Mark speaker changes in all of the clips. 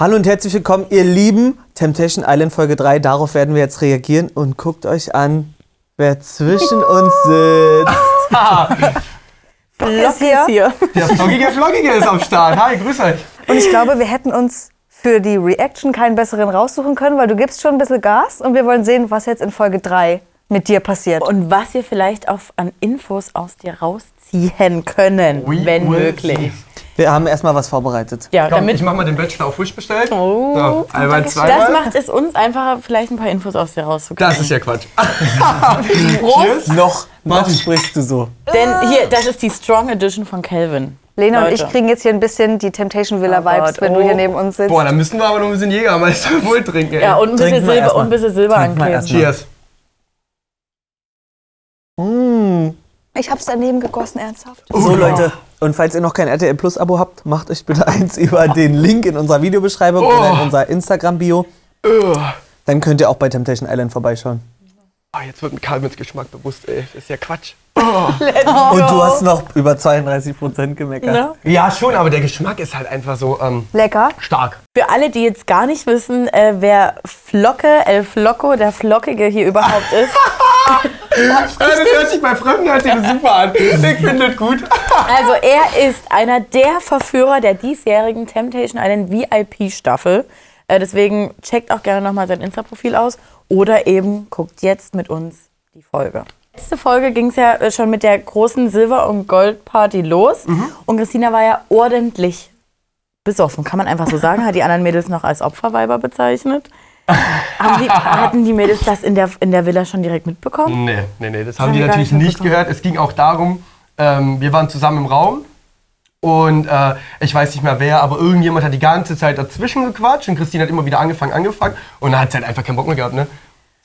Speaker 1: Hallo und herzlich willkommen, ihr Lieben. Temptation Island Folge 3, darauf werden wir jetzt reagieren und guckt euch an, wer zwischen uns sitzt.
Speaker 2: Ist hier.
Speaker 3: Der Flockige Flockige ist am Start. Hi, grüß euch.
Speaker 2: Und ich glaube, wir hätten uns für die Reaction keinen besseren raussuchen können, weil du gibst schon ein bisschen Gas und wir wollen sehen, was jetzt in Folge 3 mit dir passiert.
Speaker 4: Und was wir vielleicht auch an Infos aus dir rausziehen können,
Speaker 3: We
Speaker 4: wenn
Speaker 3: will
Speaker 4: möglich.
Speaker 1: Wir haben erstmal was vorbereitet.
Speaker 4: Ja,
Speaker 3: Komm,
Speaker 4: damit
Speaker 3: ich mach mal den Bachelor auf Wish bestellt.
Speaker 4: Oh,
Speaker 3: so, einmal, zweimal.
Speaker 4: das macht es uns einfacher, vielleicht ein paar Infos aus dir rauszukriegen.
Speaker 3: Das ist ja Quatsch.
Speaker 4: Prost.
Speaker 1: Noch, noch
Speaker 3: Martin.
Speaker 1: sprichst du so.
Speaker 4: Denn hier, das ist die Strong Edition von Calvin.
Speaker 2: Lena und
Speaker 4: Leute.
Speaker 2: ich kriegen jetzt hier ein bisschen die Temptation Villa
Speaker 4: Oh
Speaker 2: Vibes,
Speaker 4: Gott,
Speaker 2: wenn du
Speaker 4: oh.
Speaker 2: hier neben uns sitzt.
Speaker 3: Boah, da müssen wir aber noch ein bisschen Jägermeister wohl trinken. Ey.
Speaker 4: Ja, und ein bisschen
Speaker 1: Trink mal
Speaker 4: Silber,
Speaker 1: erstmal.
Speaker 4: und ein bisschen Silber
Speaker 1: Trink mal
Speaker 4: ankleben.
Speaker 1: erstmal.
Speaker 3: Cheers.
Speaker 2: Ich hab's daneben gegossen, ernsthaft.
Speaker 1: So Leute, und falls ihr noch kein RTL Plus Abo habt, macht euch bitte eins über den Link in unserer Videobeschreibung oder in unserer Instagram Bio.
Speaker 3: Ugh.
Speaker 1: Dann könnt ihr auch bei Temptation Island vorbeischauen.
Speaker 3: Ah, jetzt wird mir Kalmins Geschmack bewusst, ey. Das ist ja Quatsch.
Speaker 4: Äh,
Speaker 1: Und du hast noch über 32 Prozent gemeckert.
Speaker 4: Ne?
Speaker 3: Ja, schon, aber der Geschmack ist halt einfach so ähm,
Speaker 2: Lecker.
Speaker 3: stark.
Speaker 4: Für alle, die jetzt gar nicht wissen, äh, wer Flocke, El Flocco, der Flockige hier überhaupt ist.
Speaker 3: Äh, das hört sich bei Fremdenartikeln super an. Ich finde das gut.
Speaker 4: Also er ist einer der Verführer der diesjährigen Temptation Island VIP-Staffel. Äh, deswegen checkt auch gerne nochmal sein Insta-Profil aus oder eben guckt jetzt mit uns die Folge. Letzte Folge ging es ja äh, schon mit der großen Silber- und Gold-Party los. Und Christina war ja ordentlich besoffen, kann man einfach so sagen. Hat die anderen Mädels noch als Opferweiber bezeichnet. Haben die, hatten die Mädels das in der, in der Villa schon direkt mitbekommen?
Speaker 3: Nee, nee, nee, das haben die
Speaker 4: wir gar
Speaker 3: natürlich
Speaker 4: nicht
Speaker 3: nicht gehört. Es ging auch darum, ähm, wir waren zusammen im Raum und äh, ich weiß nicht mehr wer, aber irgendjemand hat die ganze Zeit dazwischen gequatscht und Christine hat immer wieder angefangen, angefangen und dann hat sie halt einfach keinen Bock mehr gehabt, ne?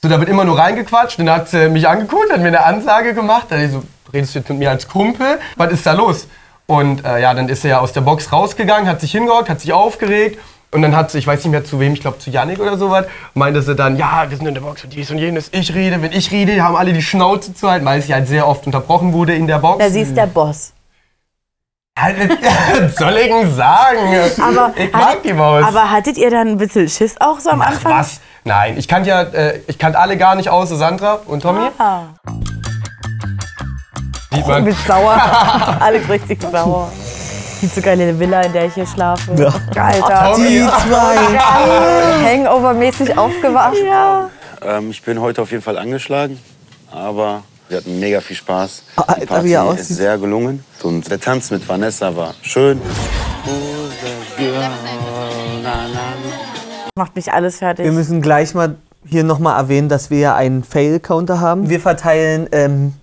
Speaker 3: So, da wird immer nur reingequatscht und dann hat sie mich angeguckt, hat mir eine Ansage gemacht, da ich so, redest du jetzt mit mir als Kumpel? Was ist da los? Und äh, ja, dann ist er ja aus der Box rausgegangen, hat sich hingehockt, hat sich aufgeregt und dann hat sie, ich weiß nicht mehr zu wem, ich glaube zu Yannick oder sowas, meinte sie dann, ja, wir sind in der Box und dies und jenes, ich rede, wenn ich rede, haben alle die Schnauze zu halten, weil sie halt sehr oft unterbrochen wurde in der Box.
Speaker 4: Na, sie ist der Boss.
Speaker 3: Was soll ich denn sagen?
Speaker 4: Aber,
Speaker 3: ich mag die Maus.
Speaker 4: aber hattet ihr dann ein bisschen Schiss auch so am
Speaker 3: Ach,
Speaker 4: Anfang?
Speaker 3: was? Nein, ich kannte ja, äh, ich kannte alle gar nicht außer Sandra und Tommy.
Speaker 4: Ah,
Speaker 3: Sieht
Speaker 4: ich bin
Speaker 3: man.
Speaker 4: sauer. Alle richtig sauer. Die so geile Villa, in der ich hier schlafe.
Speaker 1: Ja.
Speaker 2: Alter. Ah,
Speaker 1: Die zwei.
Speaker 2: Hangover-mäßig aufgewacht.
Speaker 5: Ähm, ich bin heute auf jeden Fall angeschlagen, aber wir hatten mega viel Spaß.
Speaker 1: Ah,
Speaker 5: Die
Speaker 1: Alter, wie
Speaker 5: Party
Speaker 1: er
Speaker 5: ist
Speaker 1: aussieht.
Speaker 5: sehr gelungen und der Tanz mit Vanessa war schön.
Speaker 4: Macht mich alles fertig.
Speaker 1: Wir müssen gleich mal hier nochmal erwähnen, dass wir ja einen Fail-Counter haben. Wir verteilen ähm,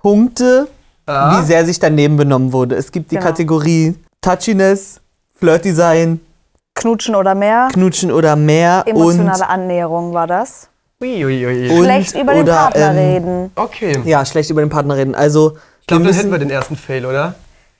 Speaker 1: Punkte, wie sehr sich daneben benommen wurde. Es gibt die
Speaker 4: Genau.
Speaker 1: Kategorie Touchiness, Flirty sein,
Speaker 2: Knutschen oder mehr.
Speaker 1: Knutschen oder mehr und,
Speaker 2: Emotionale Annäherung war das.
Speaker 3: Uiuiui.
Speaker 1: und
Speaker 2: Schlecht über den
Speaker 1: oder,
Speaker 2: Partner
Speaker 1: ähm,
Speaker 2: reden.
Speaker 3: Okay. Ich
Speaker 1: Ja, schlecht über den Partner reden. Also
Speaker 3: glaube,
Speaker 1: wir
Speaker 3: dann hätten
Speaker 1: müssen,
Speaker 3: wir den ersten Fail, oder?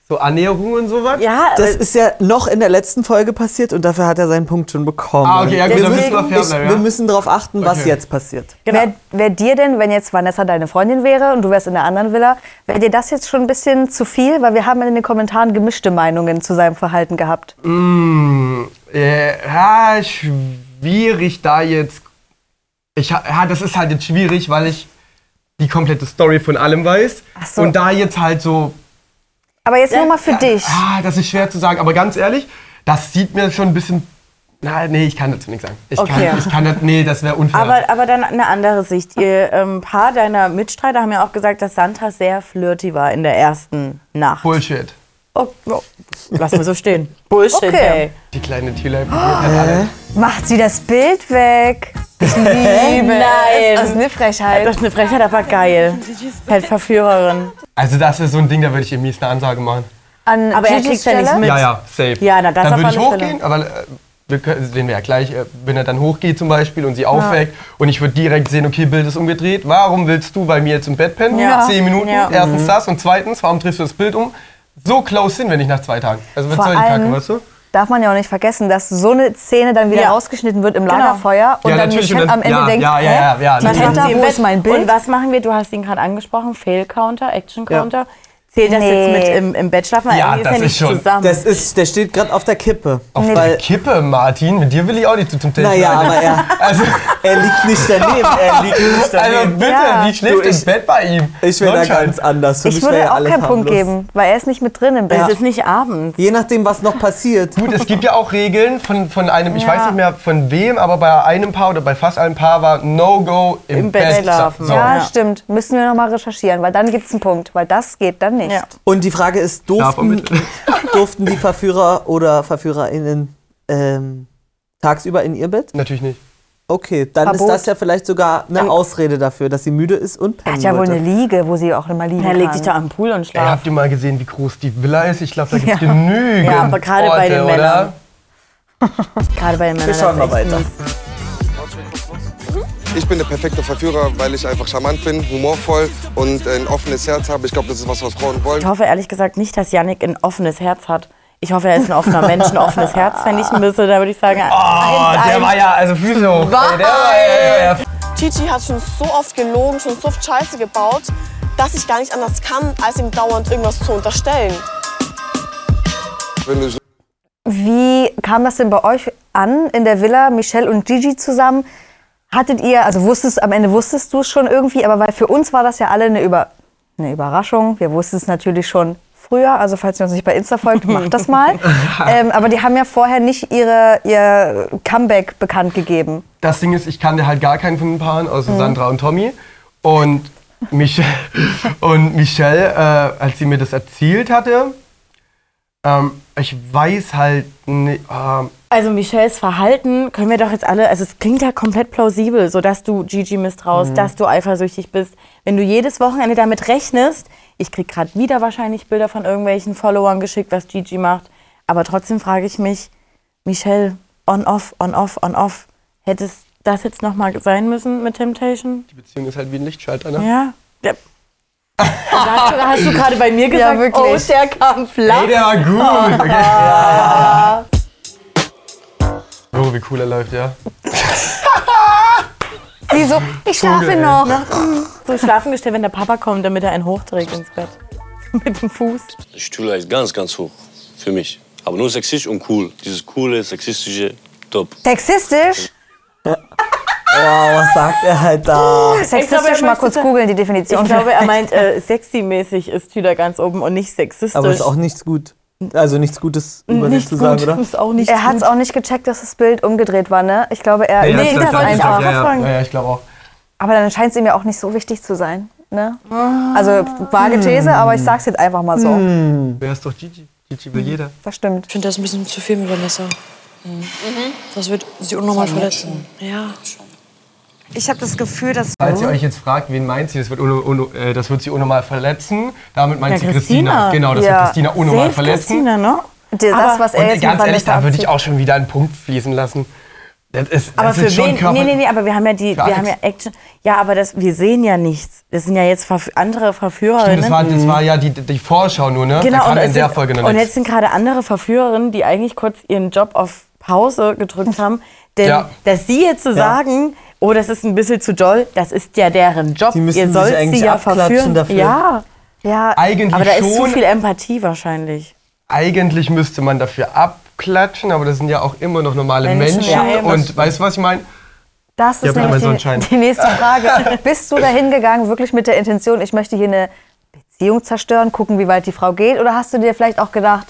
Speaker 3: So Annäherung und sowas?
Speaker 4: ja,
Speaker 1: das
Speaker 4: äh,
Speaker 1: ist ja noch in der letzten Folge passiert und dafür hat er seinen Punkt schon bekommen.
Speaker 3: Ah, okay, ja, gut, dann müssen wir fair
Speaker 1: ich,
Speaker 3: bleiben.
Speaker 1: wir
Speaker 3: Ja?
Speaker 1: müssen darauf achten, was
Speaker 3: Okay.
Speaker 1: jetzt passiert.
Speaker 4: genau.
Speaker 2: Wäre wär dir denn, wenn jetzt Vanessa deine Freundin wäre und du wärst in der anderen Villa, wäre dir das jetzt schon ein bisschen zu viel? Weil wir haben in den Kommentaren gemischte Meinungen zu seinem Verhalten gehabt.
Speaker 3: Äh, ja, schwierig da jetzt. Ich, ha- ja, das ist halt jetzt schwierig, weil ich die komplette Story von allem weiß.
Speaker 2: Ach so.
Speaker 3: Und da jetzt halt so
Speaker 2: Aber jetzt nur mal für dich.
Speaker 3: Ah, das ist schwer zu sagen, aber ganz ehrlich, das sieht mir schon ein bisschen. Na, nee, ich kann dazu nichts sagen. Ich,
Speaker 4: Okay.
Speaker 3: kann, ich kann das. Nee, das wäre unfair.
Speaker 4: aber, aber dann eine andere Sicht. Ihr ähm, paar deiner Mitstreiter haben ja auch gesagt, dass Santa sehr flirty war in der ersten Nacht.
Speaker 3: Bullshit.
Speaker 4: Oh, oh. Lassen wir so stehen. Bullshit,
Speaker 2: Okay.
Speaker 4: okay.
Speaker 3: Die kleine Tila
Speaker 4: Oh,
Speaker 3: probiert halt alles.
Speaker 2: Macht sie das Bild weg? Ich liebe
Speaker 4: Nein.
Speaker 2: es. Das ist eine
Speaker 4: ey. Das
Speaker 2: Frechheit.
Speaker 4: ist eine Frechheit, aber geil. Halt Verführerin.
Speaker 3: Also, das ist so ein Ding, da würde ich ihr mies eine Ansage machen.
Speaker 2: An
Speaker 4: Aber er
Speaker 2: Gigi's
Speaker 4: kriegt's ja nicht
Speaker 2: Stelle?
Speaker 4: mit.
Speaker 3: Ja, ja, safe.
Speaker 4: Ja, na, das
Speaker 3: Dann
Speaker 4: auf
Speaker 3: würde ich
Speaker 4: alle Fälle.
Speaker 3: hochgehen, aber. Äh, wir können, sehen wir ja gleich, äh, wenn er dann hochgeht zum Beispiel und sie aufweckt und ich würde direkt sehen, okay, Bild ist umgedreht, warum willst du bei mir jetzt im Bett pennen?
Speaker 4: Ja.
Speaker 3: Zehn Minuten,
Speaker 4: Ja.
Speaker 3: erstens das und zweitens, warum drehst du das Bild um? So close sind wir nicht nach zwei Tagen. Also was
Speaker 2: Vor
Speaker 3: soll die
Speaker 2: allem-
Speaker 3: Kacke, weißt du?
Speaker 2: Darf man ja auch nicht vergessen, dass so eine Szene dann wieder
Speaker 4: Ja. Genau.
Speaker 2: rausgeschnitten wird im Lagerfeuer und
Speaker 3: Ja,
Speaker 2: dann
Speaker 3: natürlich, und
Speaker 2: Michelle
Speaker 3: dann-
Speaker 2: am Ende
Speaker 3: ja,
Speaker 2: denkt,
Speaker 3: ja, ja, ja,
Speaker 2: hä?
Speaker 3: ja,
Speaker 2: Also die
Speaker 3: natürlich.
Speaker 2: Tante,
Speaker 4: sie im
Speaker 2: wo
Speaker 4: Bett.
Speaker 2: ist mein Bild?
Speaker 4: Und was machen wir? Du hast ihn gerade angesprochen, Fail-Counter, Action-Counter. Zählt das
Speaker 2: Nee.
Speaker 4: jetzt mit im, im Bett schlafen? Weil
Speaker 3: Ja,
Speaker 4: irgendwie
Speaker 3: das
Speaker 4: ja
Speaker 3: ist
Speaker 4: nicht
Speaker 3: schon-
Speaker 4: zusammen.
Speaker 1: Das ist, der steht gerade auf der Kippe.
Speaker 3: Auf
Speaker 1: Weil-
Speaker 3: der Kippe, Martin. Mit dir will ich auch nicht zum Tisch.
Speaker 1: Naja, aber er,
Speaker 3: Also,
Speaker 1: er liegt nicht daneben. Er liegt nicht
Speaker 3: also
Speaker 1: daneben.
Speaker 3: bitte,
Speaker 2: Ja.
Speaker 3: wie schläft
Speaker 1: Du,
Speaker 3: im
Speaker 1: ich-
Speaker 3: Bett bei ihm? halt.
Speaker 1: ich wäre da
Speaker 3: Sonnenschein.
Speaker 1: ganz anders. Für
Speaker 2: Ich
Speaker 1: mich
Speaker 2: würde
Speaker 1: wär ja
Speaker 2: auch
Speaker 1: alles
Speaker 2: keinen Punkt
Speaker 1: harmlos.
Speaker 2: geben, weil er ist nicht mit drin im
Speaker 4: Es
Speaker 2: Bett.
Speaker 4: ist nicht abends.
Speaker 1: Je nachdem, was noch passiert.
Speaker 3: Gut, es gibt ja auch Regeln von, von einem, ich
Speaker 2: Ja.
Speaker 3: weiß nicht mehr von wem, aber bei einem Paar oder bei fast einem Paar war No-Go im,
Speaker 4: Im Bett
Speaker 3: Bett,
Speaker 4: schlafen.
Speaker 3: So.
Speaker 2: Ja,
Speaker 4: Ja.
Speaker 2: stimmt. Müssen wir nochmal recherchieren, weil dann gibt es einen Punkt, weil das geht dann nicht.
Speaker 4: Ja.
Speaker 1: Und die Frage ist,
Speaker 3: Davon
Speaker 1: durften,
Speaker 3: bitte.
Speaker 1: durften die Verführer oder VerführerInnen ähm, tagsüber in ihr Bett?
Speaker 3: Natürlich nicht.
Speaker 1: Okay, dann
Speaker 2: Verbot.
Speaker 1: ist das ja vielleicht sogar eine Ausrede dafür, dass sie müde ist und
Speaker 2: Er
Speaker 1: pennen
Speaker 2: hat ja wohl
Speaker 1: wollte.
Speaker 2: eine Liege, wo sie auch immer liegen
Speaker 4: Er
Speaker 2: kann.
Speaker 4: legt sich da am Pool und
Speaker 3: Ey,
Speaker 4: schlaft.
Speaker 3: habt ihr mal gesehen, wie groß die Villa ist? Ich glaube, da gibt es genügend.
Speaker 4: Ja, aber gerade bei den
Speaker 3: Orte,
Speaker 4: Männern.
Speaker 3: oder?
Speaker 4: Gerade bei den Männern.
Speaker 1: Wir schauen
Speaker 4: das ist
Speaker 1: mal
Speaker 4: echt
Speaker 1: weiter.
Speaker 4: mies.
Speaker 6: Ich bin der perfekte Verführer, weil ich einfach charmant bin, humorvoll und ein offenes Herz habe. Ich glaube, das ist was, was Frauen wollen.
Speaker 4: Ich hoffe ehrlich gesagt nicht, dass Yannick ein offenes Herz hat. Ich hoffe, er ist ein offener Mensch, ein offenes Herz. Wenn ich ihn müsste, da würde ich sagen,
Speaker 3: Oh, der war ja, also Füße hoch. Ey, der war ja, ja, ja.
Speaker 7: Chichi hat schon so oft gelogen, schon so oft Scheiße gebaut, dass ich gar nicht anders kann, als ihm dauernd irgendwas zu unterstellen.
Speaker 6: Wenn du so
Speaker 2: Wie kam das denn bei euch an in der Villa, Michelle und Gigi zusammen? Hattet ihr, also wusstest, am Ende wusstest du es schon irgendwie, aber weil für uns war das ja alle eine, Über eine Überraschung. Wir wussten es natürlich schon früher, also falls ihr uns nicht bei Insta folgt, macht das mal. ähm, aber die haben ja vorher nicht ihre, ihr Comeback bekannt gegeben.
Speaker 3: Das Ding ist, ich kannte halt gar keinen von den Paaren,
Speaker 4: Mhm.
Speaker 3: außer Sandra und Tommy. Und Michelle, und Michelle äh, als sie mir das erzählt hatte, ähm, ich weiß halt nicht. Ähm,
Speaker 4: Also Michelles Verhalten können wir doch jetzt alle, also es klingt ja komplett plausibel, so dass du Gigi misstraust, dass du eifersüchtig bist. Wenn du jedes Wochenende damit rechnest, ich krieg gerade wieder wahrscheinlich Bilder von irgendwelchen Followern geschickt, was Gigi macht, aber trotzdem frage ich mich, Michelle, on off, on off, on off, hätte es das jetzt noch mal sein müssen mit Temptation?
Speaker 3: die Beziehung ist halt wie ein Lichtschalter, ne?
Speaker 4: Ja. ja. Also hast du, hast du gerade bei mir gesagt,
Speaker 2: wirklich.
Speaker 4: oh, der kam flach.
Speaker 3: Ey, der war gut. Okay. Ja. Oh, wie cool er läuft, ja.
Speaker 2: Sie so, ich schlafe
Speaker 3: Vogel, ey.
Speaker 2: noch.
Speaker 4: So schlafen gestellt, wenn der Papa kommt, damit er einen hochträgt ins Bett. mit dem Fuß.
Speaker 8: Ich tue leicht ganz, ganz hoch. Für mich. Aber nur sexistisch und cool. Dieses coole, sexistische Top.
Speaker 2: Sexistisch?
Speaker 1: Wow, was sagt er halt da?
Speaker 4: glaube, er
Speaker 2: Sexistisch, mal
Speaker 4: möchte
Speaker 2: kurz
Speaker 4: da-
Speaker 2: googeln die Definition.
Speaker 4: Ich glaube, er meint, äh, sexy-mäßig ist Tüder ganz oben und nicht sexistisch.
Speaker 1: Aber ist auch nichts gut. Also nichts Gutes über
Speaker 4: nicht
Speaker 1: sich zu sagen,
Speaker 4: gut.
Speaker 1: oder?
Speaker 4: Ist auch nicht
Speaker 2: er hat es
Speaker 4: gut.
Speaker 2: auch nicht gecheckt, dass das Bild umgedreht war, ne? Ich glaube, er
Speaker 4: das-
Speaker 2: übersieht
Speaker 4: das
Speaker 2: das
Speaker 4: wollte ich
Speaker 2: einfach.
Speaker 4: auch.
Speaker 3: Ja, ja,
Speaker 4: fragen.
Speaker 3: ja, ja, ich glaube auch.
Speaker 2: Aber dann scheint es ihm ja auch nicht so wichtig zu sein. Ne?
Speaker 4: Ah.
Speaker 2: Also vage These, aber ich sag's jetzt einfach mal so.
Speaker 4: Hm.
Speaker 3: Wer ist doch Gigi? Gigi will jeder.
Speaker 2: Das stimmt.
Speaker 9: Ich finde das ein bisschen zu viel mit Vanessa. Das wird sie unnormal verletzen. Ja.
Speaker 10: Ich habe das Gefühl, dass
Speaker 3: Falls
Speaker 4: Oh.
Speaker 3: ihr euch jetzt fragt, wen meint sie, das wird, uno, uno, äh, das wird sie unnormal verletzen. Damit meint
Speaker 4: Ja,
Speaker 3: sie
Speaker 4: Christina.
Speaker 3: Christina. Genau, das
Speaker 2: Ja.
Speaker 3: wird Christina unnormal
Speaker 4: Safe
Speaker 3: verletzen.
Speaker 4: Christina, ne?
Speaker 2: Das, was er
Speaker 3: Und äh,
Speaker 2: jetzt
Speaker 3: ganz ehrlich,
Speaker 2: mit Vanessa
Speaker 3: da würde ich
Speaker 2: abzieht.
Speaker 3: auch schon wieder einen Punkt fließen lassen. Das ist,
Speaker 4: Aber
Speaker 3: das
Speaker 4: für
Speaker 3: ist schon
Speaker 4: wen?
Speaker 3: Körper
Speaker 4: Nee, nee, nee, aber wir haben ja die,
Speaker 3: Für
Speaker 4: wir
Speaker 3: Alex.
Speaker 4: haben ja Action. Ja, aber das, wir sehen ja nichts. Das sind ja jetzt Verf andere Verführerinnen.
Speaker 3: Das war, das war ja die, die Vorschau nur, ne? da
Speaker 4: ne? Mhm. genau,
Speaker 3: kam
Speaker 4: und,
Speaker 3: ja in
Speaker 4: es
Speaker 3: der
Speaker 4: sind,
Speaker 3: Folge noch
Speaker 4: und
Speaker 3: nichts.
Speaker 4: jetzt sind gerade andere Verführerinnen, die eigentlich kurz ihren Job auf Pause gedrückt haben. Denn,
Speaker 3: Ja.
Speaker 4: dass sie jetzt zu sagen, oh, das ist ein bisschen zu doll, das ist ja deren Job.
Speaker 1: Die müssen
Speaker 4: Ihr
Speaker 1: sich
Speaker 4: sollt
Speaker 1: eigentlich
Speaker 4: sie ja
Speaker 1: abklatschen
Speaker 4: verführen.
Speaker 1: dafür.
Speaker 4: Ja,
Speaker 2: Ja,
Speaker 3: Eigentlich
Speaker 4: aber da
Speaker 3: schon,
Speaker 4: ist zu viel Empathie wahrscheinlich.
Speaker 3: eigentlich müsste man dafür abklatschen, aber das sind ja auch immer noch normale
Speaker 4: Menschen,
Speaker 3: Menschen.
Speaker 4: ja, ja, das
Speaker 3: und weißt du, was ich meine?
Speaker 2: das
Speaker 3: Ihr
Speaker 2: ist
Speaker 3: habt immer so einen
Speaker 2: nämlich die,
Speaker 3: Schein.
Speaker 2: die nächste Frage. Bist du da hingegangen, wirklich mit der Intention, ich möchte hier eine Beziehung zerstören, gucken, wie weit die Frau geht? Oder hast du dir vielleicht auch gedacht,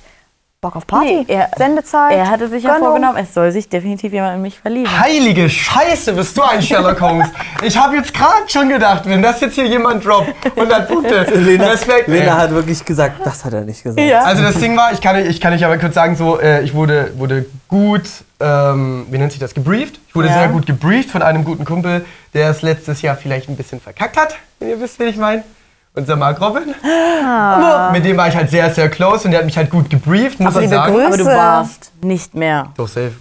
Speaker 2: Bock auf Party,
Speaker 4: Nee, er-
Speaker 2: Sendezeit?
Speaker 4: Er hatte sich ja
Speaker 2: Gönnung?
Speaker 4: vorgenommen, es soll sich definitiv jemand in mich verlieben.
Speaker 3: Heilige Scheiße, bist du ein Sherlock Holmes. Ich habe jetzt gerade schon gedacht, wenn das jetzt hier jemand droppt, 100 Punkte.
Speaker 1: Lena,
Speaker 3: Respekt. ey.
Speaker 1: Lena hat wirklich gesagt, das hat er nicht gesagt.
Speaker 3: Also das Ding war, ich kann, ich kann euch aber kurz sagen, so, äh, ich wurde, wurde gut, ähm, wie nennt sich das, gebrieft. Ich wurde
Speaker 4: Ja.
Speaker 3: sehr gut gebrieft von einem guten Kumpel, der es letztes Jahr vielleicht ein bisschen verkackt hat, wenn ihr wisst, wen ich meine. Unser Mark Robin. Mit dem war ich halt sehr, sehr close und der hat mich halt gut gebrieft, muss
Speaker 2: Aber
Speaker 3: ich
Speaker 2: liebe
Speaker 3: sagen.
Speaker 2: Grüße.
Speaker 4: aber du warst nicht mehr.
Speaker 3: Doch, safe.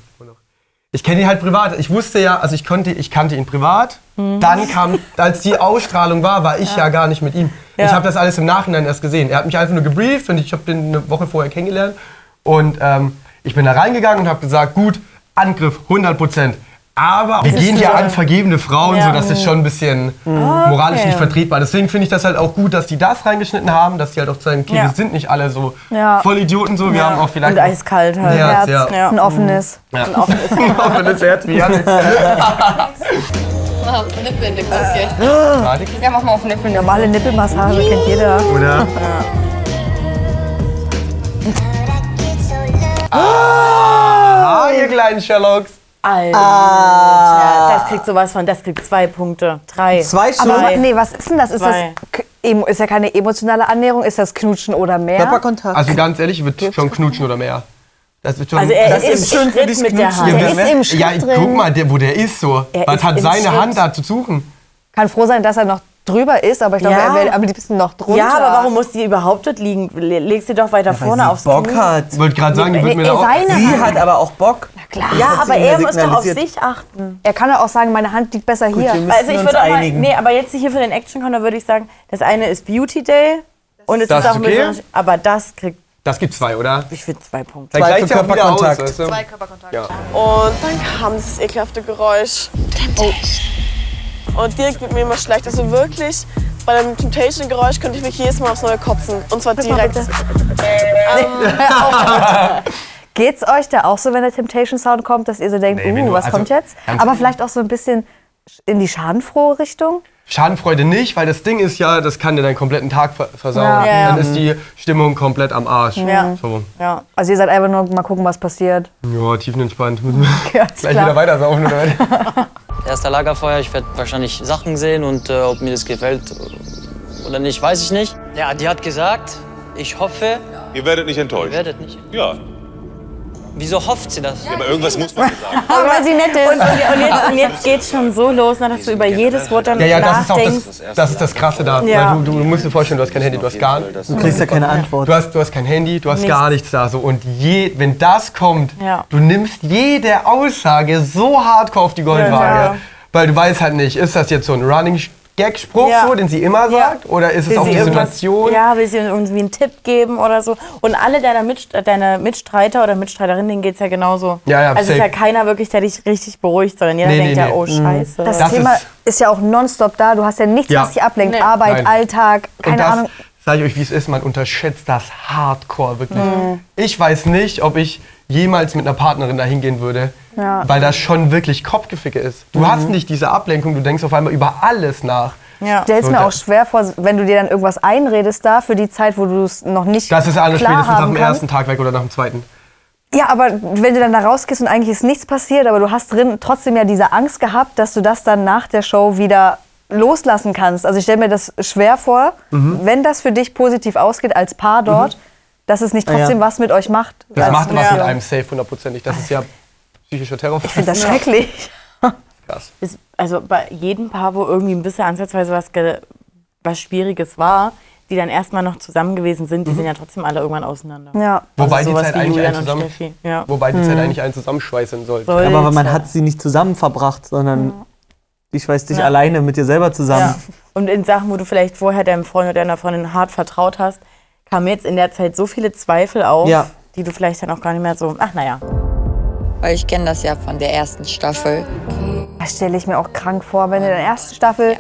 Speaker 3: Ich kenne ihn halt privat. Ich wusste ja, also ich konnte, ich kannte ihn privat.
Speaker 4: Mhm.
Speaker 3: Dann kam, als die Ausstrahlung war, war ich ja, gar nicht mit ihm. Ich habe das alles im Nachhinein erst gesehen. Er hat mich einfach nur gebrieft und ich habe den eine Woche vorher kennengelernt. Und ähm, ich bin da reingegangen und habe gesagt, gut, Angriff 100 Prozent. Aber wir
Speaker 4: Das ist
Speaker 3: gehen
Speaker 4: so
Speaker 3: hier
Speaker 4: eine-
Speaker 3: an vergebene Frauen,
Speaker 4: Ja. Mhm.
Speaker 3: so dass es schon ein bisschen moralisch
Speaker 4: Okay.
Speaker 3: nicht vertretbar. Deswegen finde ich das halt auch gut, dass die das reingeschnitten haben, dass die halt auch zeigen, okay,
Speaker 4: Ja.
Speaker 3: wir sind nicht alle so
Speaker 2: Ja.
Speaker 3: Vollidioten so, wir haben auch vielleicht
Speaker 4: Und eiskalt halt.
Speaker 3: Ja,
Speaker 2: Herz,
Speaker 3: ja.
Speaker 2: ein offenes.
Speaker 3: Ja. ein offenes Herz wie Janik. Oder?
Speaker 2: Ja, mach mal auf Nippel. Normale Nippelmassage kennt jeder.
Speaker 3: Ah, ihr kleinen Sherlocks.
Speaker 4: Alter, das kriegt sowas von, das kriegt zwei Punkte. Drei.
Speaker 1: Zwei schon?
Speaker 2: Aber wa- nee, was ist denn das? Ist, das
Speaker 4: Zwei.
Speaker 2: K- emo- ist ja keine emotionale Annäherung, ist das Knutschen oder mehr?
Speaker 1: Körperkontakt.
Speaker 3: Also ganz ehrlich, wird schon knutschen oder mehr. Das wird schon.
Speaker 4: Also er
Speaker 3: das
Speaker 4: ist im Schritt mit der
Speaker 3: Ja,
Speaker 4: Hand.
Speaker 3: wer-
Speaker 2: ist
Speaker 3: wer-
Speaker 2: im Schritt
Speaker 3: Ja, guck
Speaker 2: drin.
Speaker 3: mal, der, wo der ist so.
Speaker 4: Er
Speaker 3: Was
Speaker 4: ist
Speaker 3: hat
Speaker 4: im
Speaker 3: seine
Speaker 4: Schritt.
Speaker 3: Hand da zu suchen?
Speaker 2: Kann froh sein, dass er noch drüber ist, aber ich glaube,
Speaker 4: Ja.
Speaker 2: er wäre am liebsten noch drunter.
Speaker 4: Ja, aber warum muss die überhaupt dort liegen? Le- Legst sie doch weiter vorne aufs
Speaker 1: Bock
Speaker 4: Knie.
Speaker 1: hat.
Speaker 3: Ich wollte gerade sagen, die wird
Speaker 2: Nee,
Speaker 3: mir da auch.
Speaker 2: seine
Speaker 1: Sie
Speaker 2: Hand.
Speaker 1: hat aber auch Bock.
Speaker 2: Klar.
Speaker 4: Ja,
Speaker 1: hat sie
Speaker 4: aber
Speaker 1: mir
Speaker 4: er muss doch auf
Speaker 1: signalisiert.
Speaker 4: sich achten.
Speaker 2: Er kann ja auch sagen, meine Hand liegt besser hier.
Speaker 1: wir müssen-
Speaker 4: Also ich
Speaker 1: uns
Speaker 4: würde auch mal,
Speaker 1: einigen.
Speaker 4: nee, aber jetzt hier für den Action Corner würde ich sagen, das eine ist Beauty Day und es
Speaker 3: Das
Speaker 4: ist auch
Speaker 3: ist
Speaker 4: ein
Speaker 3: okay?
Speaker 4: bisschen, aber das kriegt
Speaker 3: Das gibt zwei, oder?
Speaker 4: ich finde zwei Punkte.
Speaker 3: Dann
Speaker 1: Zwei
Speaker 3: gleicht
Speaker 1: für
Speaker 3: ja auch wieder aus,
Speaker 1: Körperkontakt.
Speaker 3: weißt du?
Speaker 7: Und dann kam dieses ekelhafte Geräusch. Oh. Und direkt wird mir immer schlecht. Also wirklich, bei dem Temptation-Geräusch könnte ich mich jedes Mal aufs Neue kotzen. Und
Speaker 4: Halt
Speaker 7: zwar direkt.
Speaker 2: Geht's euch da auch so, wenn der Temptation Sound kommt, dass ihr so denkt,
Speaker 3: Nee, wenn
Speaker 2: uh,
Speaker 3: du-
Speaker 2: was
Speaker 3: also,
Speaker 2: kommt jetzt?
Speaker 3: ganz
Speaker 2: Aber
Speaker 3: ehrlich.
Speaker 2: vielleicht auch so ein bisschen in die schadenfrohe Richtung?
Speaker 3: Schadenfreude nicht, weil das Ding ist ja, das kann dir deinen kompletten Tag ver versauen.
Speaker 2: Ja. Ja,
Speaker 3: Dann ist die Stimmung komplett am Arsch.
Speaker 4: Ja.
Speaker 3: So.
Speaker 4: Ja.
Speaker 2: Also ihr seid einfach nur mal gucken, was passiert.
Speaker 3: Ja, tiefenentspannt. Müssen wir
Speaker 2: Ja, ist
Speaker 3: gleich
Speaker 2: klar.
Speaker 3: wieder weitersaufen oder was?
Speaker 11: Erster Lagerfeuer, ich werde wahrscheinlich Sachen sehen und äh, ob mir das gefällt äh, oder nicht, weiß ich nicht. Ja, die hat gesagt, ich hoffe,
Speaker 12: Ihr werdet nicht
Speaker 11: ihr
Speaker 12: enttäuscht.
Speaker 11: werdet nicht.
Speaker 12: Ja,
Speaker 11: Wieso hofft sie das?
Speaker 12: aber irgendwas muss man sagen.
Speaker 2: Aber weil sie nett
Speaker 4: Und,
Speaker 2: ist.
Speaker 4: und jetzt, und jetzt geht's schon so los, na, dass du über jedes Wort dann
Speaker 3: Ja, ja, das ist auch
Speaker 4: nachdenkst.
Speaker 3: das, das, ist das Krasse da.
Speaker 4: Ja.
Speaker 3: Weil du, du, du musst dir vorstellen, du hast kein Handy, du hast gar nichts.
Speaker 1: Du kriegst ja keine
Speaker 3: Du
Speaker 1: Antwort.
Speaker 3: hast, du hast kein Handy, du hast gar nichts da. So. Und je, wenn das kommt,
Speaker 4: Ja.
Speaker 3: du nimmst jede Aussage so hardcore auf die Goldwaage.
Speaker 4: Ja.
Speaker 3: Weil du weißt halt nicht, ist das jetzt so ein Running-Gag-Spruch,
Speaker 4: Ja.
Speaker 3: so, den sie immer
Speaker 4: Ja.
Speaker 3: sagt? Oder ist es
Speaker 4: Will
Speaker 3: auch
Speaker 4: sie
Speaker 3: die
Speaker 4: irgendwas-
Speaker 3: Situation?
Speaker 4: Ja, will sie irgendwie einen Tipp geben oder so. Und alle deiner, Mitst deiner Mitstreiter oder Mitstreiterinnen, denen geht's ja genauso.
Speaker 3: Ja, ja,
Speaker 4: also ist ja
Speaker 3: safe.
Speaker 4: keiner wirklich, der dich richtig beruhigt, sondern jeder
Speaker 3: Nee,
Speaker 4: denkt
Speaker 3: nee, Mhm.
Speaker 4: ja,
Speaker 3: nee.
Speaker 4: oh scheiße.
Speaker 2: Das,
Speaker 3: Das
Speaker 2: Thema
Speaker 3: ist-
Speaker 2: ist, ja auch nonstop da. Du hast ja nichts,
Speaker 3: Ja.
Speaker 2: was dich ablenkt.
Speaker 4: Nee.
Speaker 2: Arbeit,
Speaker 3: Nein.
Speaker 2: Alltag, keine
Speaker 3: Und das,
Speaker 2: Ahnung.
Speaker 3: sage ich euch, wie es ist, man unterschätzt das hardcore wirklich. Ich weiß nicht, ob ich jemals mit einer Partnerin dahin gehen würde,
Speaker 2: Ja.
Speaker 3: weil das schon wirklich Kopfgeficke ist. Du hast nicht diese Ablenkung, du denkst auf einmal über alles nach.
Speaker 4: ja.
Speaker 2: Stell es
Speaker 3: So,
Speaker 2: mir
Speaker 3: da-
Speaker 2: auch schwer vor, wenn du dir dann irgendwas einredest da für die Zeit, wo du es noch nicht
Speaker 3: Das ist alles
Speaker 2: klar
Speaker 3: spätestens nach
Speaker 2: haben
Speaker 3: dem
Speaker 2: kannst.
Speaker 3: ersten Tag weg oder nach dem zweiten.
Speaker 2: Ja, aber wenn du dann da rausgehst und eigentlich ist nichts passiert, aber du hast drin trotzdem ja diese Angst gehabt, dass du das dann nach der Show wieder loslassen kannst. Also ich stelle mir das schwer vor,
Speaker 3: Mhm.
Speaker 2: wenn das für dich positiv ausgeht als Paar dort, dass es nicht
Speaker 1: ja.
Speaker 2: trotzdem was mit euch macht. Also
Speaker 3: Das
Speaker 2: als
Speaker 3: macht was
Speaker 2: Beziehung.
Speaker 3: mit einem safe hundertprozentig. Das ist ja psychischer Terror.
Speaker 2: Ich finde das schrecklich.
Speaker 3: krass.
Speaker 4: Ist- also bei jedem Paar, wo irgendwie ein bisschen ansatzweise was, ge- was Schwieriges war, die dann erstmal noch zusammen gewesen sind, die sind ja trotzdem alle irgendwann auseinander. Also
Speaker 2: Ja.
Speaker 3: Mhm. Wobei die
Speaker 4: sowas
Speaker 3: Zeit
Speaker 4: wie
Speaker 3: eigentlich
Speaker 4: Julian
Speaker 3: einen
Speaker 4: und
Speaker 3: zusammen-
Speaker 4: Steffi, ja.
Speaker 3: Wobei die Zeit eigentlich einen zusammenschweißen sollte.
Speaker 4: Sollte.
Speaker 1: Aber man hat sie nicht zusammen verbracht, sondern ich weiß dich
Speaker 4: Ja.
Speaker 1: alleine mit dir selber zusammen.
Speaker 4: Ja. Und in Sachen, wo du vielleicht vorher deinem Freund oder deiner Freundin hart vertraut hast, kamen jetzt in der Zeit so viele Zweifel auf,
Speaker 1: Ja.
Speaker 4: die du vielleicht dann auch gar nicht mehr so, ach naja.
Speaker 13: Weil ich kenne das ja von der ersten Staffel.
Speaker 2: Das stelle ich mir auch krank vor, wenn in der ersten Staffel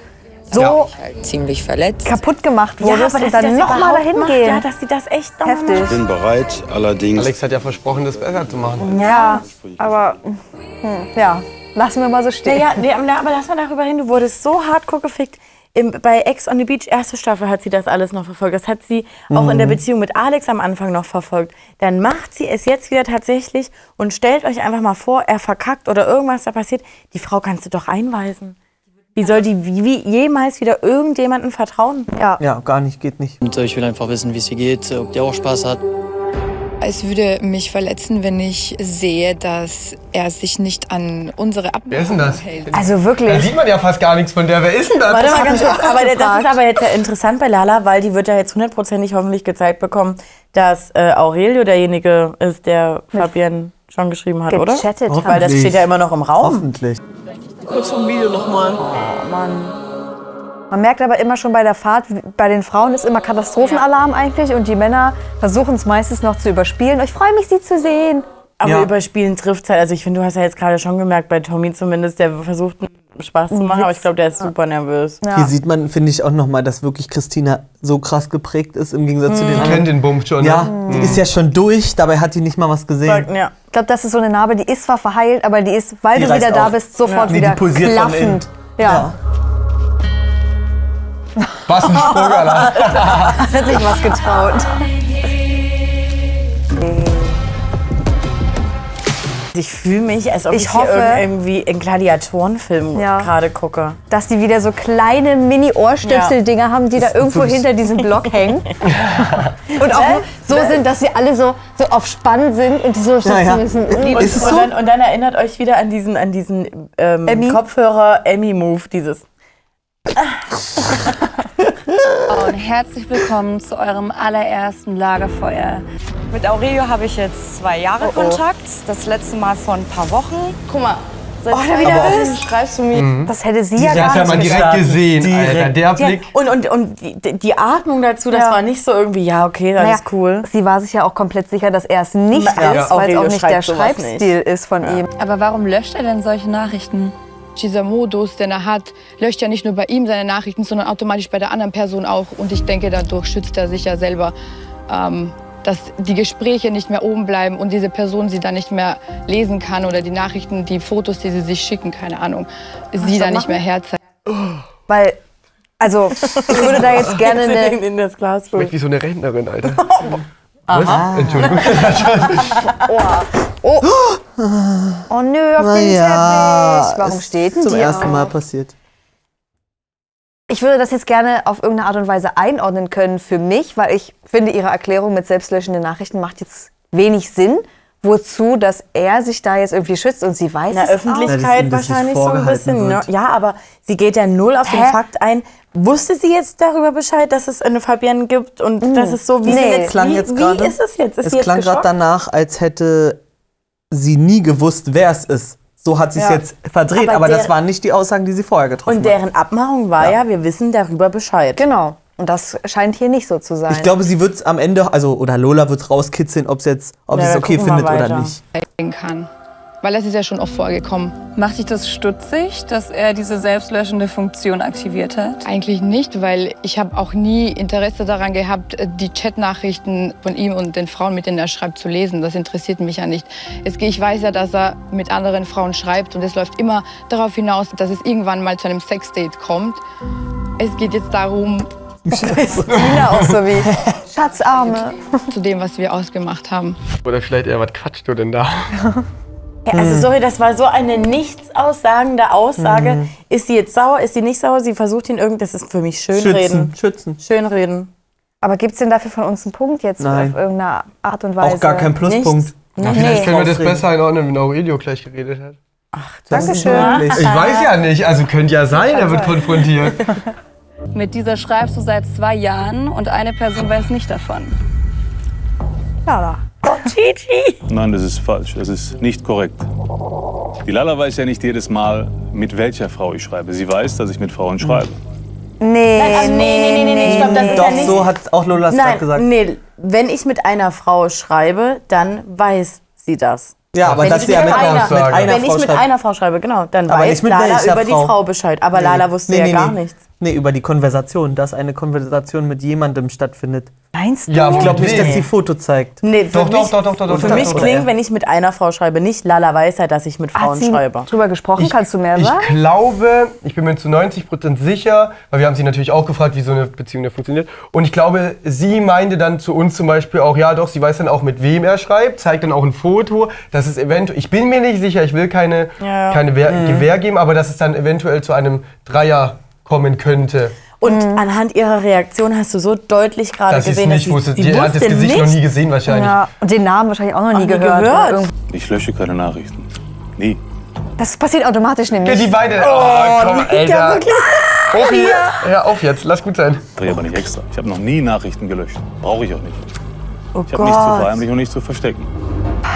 Speaker 13: So
Speaker 2: so
Speaker 13: ich halt ziemlich verletzt.
Speaker 2: kaputt gemacht wurdest und dann nochmal dahin gehen.
Speaker 4: Ja, dass sie das echt noch
Speaker 2: Heftig.
Speaker 5: Bin bereit, allerdings.
Speaker 3: Alex hat ja versprochen, das besser zu machen.
Speaker 2: Ja, aber hm, ja, lassen wir mal so stehen.
Speaker 4: Naja, nee, aber aber lass mal darüber hin, du wurdest so hardcore gefickt. Im, bei Ex on the Beach, erste Staffel, hat sie das alles noch verfolgt. Das hat sie auch in der Beziehung mit Alex am Anfang noch verfolgt. Dann macht sie es jetzt wieder tatsächlich und stellt euch einfach mal vor, er verkackt oder irgendwas da passiert. Die Frau kannst du doch einweisen. Wie soll die wie, wie jemals wieder irgendjemandem vertrauen?
Speaker 1: Ja, gar nicht, geht nicht.
Speaker 11: Und äh, ich will einfach wissen, wie es ihr geht, äh, ob die auch Spaß hat.
Speaker 14: Es würde mich verletzen, wenn ich sehe, dass er sich nicht an unsere
Speaker 3: Wer ist denn
Speaker 14: Abmachungen
Speaker 3: das?
Speaker 14: hält.
Speaker 2: Also wirklich.
Speaker 3: Da sieht man ja fast gar nichts von der. Wer ist denn das?
Speaker 4: Warte mal ganz kurz, aber das
Speaker 2: gefragt.
Speaker 4: ist aber jetzt ja interessant bei Lala, weil die wird ja jetzt hundertprozentig hoffentlich gezeigt bekommen, dass äh, Aurelio derjenige ist, der Fabian schon geschrieben hat, oder?
Speaker 2: Gechattet haben.
Speaker 4: Weil das steht ja immer noch im Raum.
Speaker 1: Hoffentlich.
Speaker 7: Kurz vom Video nochmal.
Speaker 2: Man merkt aber immer schon bei der Fahrt, bei den Frauen ist immer Katastrophenalarm eigentlich und die Männer versuchen es meistens noch zu überspielen. Ich freue mich, sie zu sehen.
Speaker 4: Aber
Speaker 1: Ja.
Speaker 4: überspielen trifft halt. Also ich finde, du hast ja jetzt gerade schon gemerkt, bei Tommy zumindest, der versucht einen Spaß zu machen, aber ich glaube, der ist super nervös.
Speaker 1: Hier sieht man, finde ich, auch nochmal, dass wirklich Christina so krass geprägt ist im Gegensatz zu den
Speaker 4: Mhm. Die
Speaker 1: anderen.
Speaker 4: kennt den
Speaker 3: Bums schon, ne?
Speaker 1: Ja,
Speaker 3: Mhm.
Speaker 1: die ist ja schon durch, dabei hat die nicht mal was gesehen.
Speaker 4: Ja.
Speaker 2: Ich glaube, das ist so eine Narbe, die ist zwar verheilt, aber die ist, weil
Speaker 1: Die
Speaker 2: du wieder
Speaker 1: reißt
Speaker 2: da
Speaker 1: auf.
Speaker 2: bist, sofort
Speaker 1: Ja. Nee, die
Speaker 2: wieder
Speaker 1: pulsiert von innen.
Speaker 2: klaffend. Ja.
Speaker 3: Was ein Sprung, Alter.
Speaker 2: Das hat sich was getraut.
Speaker 4: Ich fühle mich, als ob ich,
Speaker 2: Ich hoffe-
Speaker 4: hier irgendwie einen Gladiatorenfilm gerade gucke.
Speaker 2: Dass die wieder so kleine Mini-Ohrstöpsel-Dinger haben, die da
Speaker 4: Das-
Speaker 2: irgendwo
Speaker 4: das-
Speaker 2: hinter diesem Block hängen. und auch so sind, dass sie alle so, so auf Spann sind und so sitzen müssen.
Speaker 4: Und, und, dann, und dann erinnert euch wieder an diesen, an diesen ähm, Kopfhörer Emmy Move, dieses.
Speaker 15: Und herzlich willkommen zu eurem allerersten Lagerfeuer. Mit Aurelio habe ich jetzt zwei Jahre
Speaker 10: oh.
Speaker 15: Kontakt. Das letzte Mal vor ein paar Wochen. Guck mal. Seit
Speaker 2: Oh, da
Speaker 15: zwei
Speaker 2: wieder
Speaker 15: Wochen
Speaker 2: ist.
Speaker 15: schreibst du mir.
Speaker 3: Mhm.
Speaker 2: Das hätte sie
Speaker 3: Die
Speaker 2: ja
Speaker 3: saß
Speaker 2: gar
Speaker 3: ja
Speaker 2: nicht
Speaker 3: mal direkt
Speaker 2: geschafft.
Speaker 3: gesehen, Alter. Der
Speaker 4: Ja,
Speaker 3: Blick.
Speaker 4: Und, und, und die, die Atmung dazu, das
Speaker 2: Ja.
Speaker 4: war nicht so irgendwie, ja, okay, das
Speaker 2: Naja,
Speaker 4: ist cool.
Speaker 2: Sie war sich ja auch komplett sicher, dass er es nicht
Speaker 4: Ja,
Speaker 2: ist,
Speaker 4: ja.
Speaker 2: weil es
Speaker 4: Aurelio
Speaker 2: auch nicht
Speaker 4: schreibt
Speaker 2: der
Speaker 4: sowas
Speaker 2: Schreibstil ist von ihm.
Speaker 14: Aber warum löscht er denn solche Nachrichten? Dieser Modus, den er hat, löscht ja nicht nur bei ihm seine Nachrichten, sondern automatisch bei der anderen Person auch. Und ich denke, dadurch schützt er sich ja selber, ähm, dass die Gespräche nicht mehr oben bleiben und diese Person sie dann nicht mehr lesen kann oder die Nachrichten, die Fotos, die sie sich schicken, keine Ahnung, sie
Speaker 2: soll
Speaker 14: dann nicht
Speaker 2: machen?
Speaker 14: mehr herzeigen.
Speaker 2: Weil, also, ich würde da jetzt gerne
Speaker 4: in,
Speaker 2: eine.
Speaker 4: in das Glas
Speaker 3: Schmeckt wie so eine Rentnerin, Alter.
Speaker 2: Aha.
Speaker 3: Was? Entschuldigung.
Speaker 2: Oh, oh nö, auf den Teppich. Warum
Speaker 1: ist
Speaker 2: steht denn
Speaker 1: Zum
Speaker 2: die
Speaker 1: ersten
Speaker 2: auf?
Speaker 1: Mal passiert.
Speaker 2: Ich würde das jetzt gerne auf irgendeine Art und Weise einordnen können für mich, weil ich finde, Ihre Erklärung mit selbstlöschenden Nachrichten macht jetzt wenig Sinn. Wozu, dass er sich da jetzt irgendwie schützt und sie weiß
Speaker 4: In der
Speaker 2: es auch.
Speaker 4: Öffentlichkeit wahrscheinlich so ein bisschen. Ne? Ja, aber sie geht ja null auf den
Speaker 2: Hä?
Speaker 4: Fakt ein. Wusste sie jetzt darüber Bescheid, dass es eine Fabienne gibt und dass es so wie
Speaker 2: Hm. Nee.
Speaker 4: sie
Speaker 1: Es klang
Speaker 4: wie,
Speaker 1: jetzt
Speaker 4: wie
Speaker 1: gerade.
Speaker 4: ist es jetzt? Ist
Speaker 1: Es
Speaker 4: sie jetzt
Speaker 1: klang gerade
Speaker 4: geschockt?
Speaker 1: danach, als hätte sie nie gewusst, wer es ist. So hat sie es
Speaker 4: Ja.
Speaker 1: jetzt verdreht,
Speaker 4: Aber
Speaker 1: aber,
Speaker 4: der-
Speaker 1: das waren nicht die Aussagen, die sie vorher getroffen
Speaker 4: Und deren Abmachung war ja. wir wissen darüber Bescheid.
Speaker 2: Genau. Und das scheint hier nicht so zu sein.
Speaker 1: hat. Ich glaube, sie wird es am Ende, also oder Lola wird rauskitzeln, ob sie es ob
Speaker 14: Ja,
Speaker 1: sie es
Speaker 14: wir
Speaker 1: okay
Speaker 14: gucken mal
Speaker 1: findet oder
Speaker 14: weiter.
Speaker 1: nicht.
Speaker 14: Kann. Weil das ist ja schon oft vorgekommen.
Speaker 15: Macht dich das stutzig, dass er diese selbstlöschende Funktion aktiviert hat?
Speaker 14: Eigentlich nicht, weil ich habe auch nie Interesse daran gehabt, die Chatnachrichten von ihm und den Frauen, mit denen er schreibt, zu lesen. Das interessiert mich ja nicht. Es, ich weiß ja, dass er mit anderen Frauen schreibt und es läuft immer darauf hinaus, dass es irgendwann mal zu einem Sexdate kommt. Es geht jetzt darum,
Speaker 2: Christina auch so wie Schatzarme.
Speaker 14: zu dem, was wir ausgemacht haben.
Speaker 3: Oder vielleicht eher, was quatscht du denn da?
Speaker 4: Ja, also
Speaker 1: Hm.
Speaker 4: sorry, das war so eine nichts aussagende Aussage.
Speaker 1: Hm.
Speaker 3: Mhm.
Speaker 4: Ist sie jetzt sauer, ist sie nicht sauer? Sie versucht ihn irgendwie, das ist für mich Schönreden.
Speaker 1: Schützen, schützen.
Speaker 4: Schönreden.
Speaker 2: Aber gibt es denn dafür von uns einen Punkt jetzt
Speaker 1: Nein.
Speaker 2: auf irgendeine Art und Weise?
Speaker 1: Auch gar keinen Pluspunkt.
Speaker 2: Nichts.
Speaker 3: Na, vielleicht
Speaker 2: Nee.
Speaker 3: können wir das
Speaker 1: Ausreden.
Speaker 3: besser einordnen, wenn Aurelio gleich geredet hat. Ach,
Speaker 1: das ist Dankeschön. möglich.
Speaker 3: Ich weiß ja nicht, also könnte ja sein, er wird konfrontiert.
Speaker 15: Mit dieser schreibst du seit zwei Jahren und eine Person weiß nicht davon.
Speaker 2: Lala.
Speaker 12: Nein, das ist falsch. Das ist nicht korrekt. Die Lala weiß ja nicht jedes Mal, mit welcher Frau ich schreibe. Sie weiß, dass ich mit Frauen schreibe.
Speaker 11: Hm.
Speaker 2: Nee,
Speaker 4: also, nee, nee, nee, nee, nee, ich glaub, das ist ja
Speaker 1: Doch,
Speaker 4: nicht-
Speaker 1: so hat auch Lola es gerade
Speaker 4: Nein,
Speaker 1: gesagt.
Speaker 4: nee, wenn ich mit einer Frau schreibe, dann weiß sie das.
Speaker 1: Ja, aber
Speaker 4: Wenn
Speaker 1: dass
Speaker 4: ich
Speaker 1: sie ja mit einer- mit einer
Speaker 4: Wenn
Speaker 1: Frau
Speaker 4: ich mit
Speaker 1: schreibt.
Speaker 4: einer Frau schreibe, genau, dann
Speaker 1: Aber
Speaker 4: weiß
Speaker 1: nicht mit
Speaker 4: Lala
Speaker 1: welcher
Speaker 4: über die
Speaker 1: Frau.
Speaker 4: Frau Bescheid. Aber
Speaker 1: Nee.
Speaker 4: Lala wusste
Speaker 1: Nee,
Speaker 4: ja
Speaker 1: nee,
Speaker 4: gar
Speaker 1: nee.
Speaker 4: nichts.
Speaker 1: Nee, über die Konversation, dass eine Konversation mit jemandem stattfindet.
Speaker 2: Meinst
Speaker 1: Ja,
Speaker 4: du?
Speaker 1: ich glaube nicht, dass
Speaker 4: Nee.
Speaker 1: sie Foto zeigt.
Speaker 4: Nee, für
Speaker 1: Doch,
Speaker 4: mich,
Speaker 1: doch, doch, doch, doch, doch,
Speaker 4: Für
Speaker 1: doch,
Speaker 4: mich
Speaker 1: doch, doch,
Speaker 4: klingt,
Speaker 1: ja.
Speaker 4: wenn ich mit einer Frau schreibe, nicht Lala weiß ja, dass ich mit Frauen
Speaker 2: sie
Speaker 4: schreibe.
Speaker 2: drüber gesprochen? Kannst du mehr
Speaker 4: ich
Speaker 2: sagen?
Speaker 3: Ich glaube, ich bin mir zu 90% sicher, weil wir haben sie natürlich auch gefragt, wie so eine Beziehung da funktioniert. Und ich glaube, sie meinte dann zu uns zum Beispiel auch, ja doch, sie weiß dann auch, mit wem er schreibt, zeigt dann auch ein Foto, dass es eventuell, ich bin mir nicht sicher, ich will keine,
Speaker 4: Ja, ja.
Speaker 3: keine Wehr,
Speaker 4: Mhm.
Speaker 3: Gewehr geben, aber dass es dann eventuell zu einem Dreier kommen könnte.
Speaker 4: Und anhand ihrer Reaktion hast du so deutlich gerade
Speaker 3: Dass sie es
Speaker 4: gesehen,
Speaker 3: nicht wusste. Die hat das Gesicht noch nie gesehen wahrscheinlich.
Speaker 2: Ja, und den Namen wahrscheinlich auch noch nie
Speaker 4: nie
Speaker 2: gehört. oder
Speaker 4: gehört.
Speaker 2: irgend-
Speaker 12: Ich lösche keine Nachrichten. Nie.
Speaker 2: Das passiert automatisch nämlich.
Speaker 3: Die beide.
Speaker 2: Oh,
Speaker 3: komm,
Speaker 2: die liegt ja
Speaker 3: Alter.
Speaker 2: wirklich-
Speaker 3: Auf hier. Hör auf jetzt, lass gut sein.
Speaker 12: Drehe aber nicht extra. Ich habe noch nie Nachrichten gelöscht. Brauche ich auch nicht. Um
Speaker 4: Oh
Speaker 12: Ich habe nichts zu verheimlichen und nichts zu verstecken.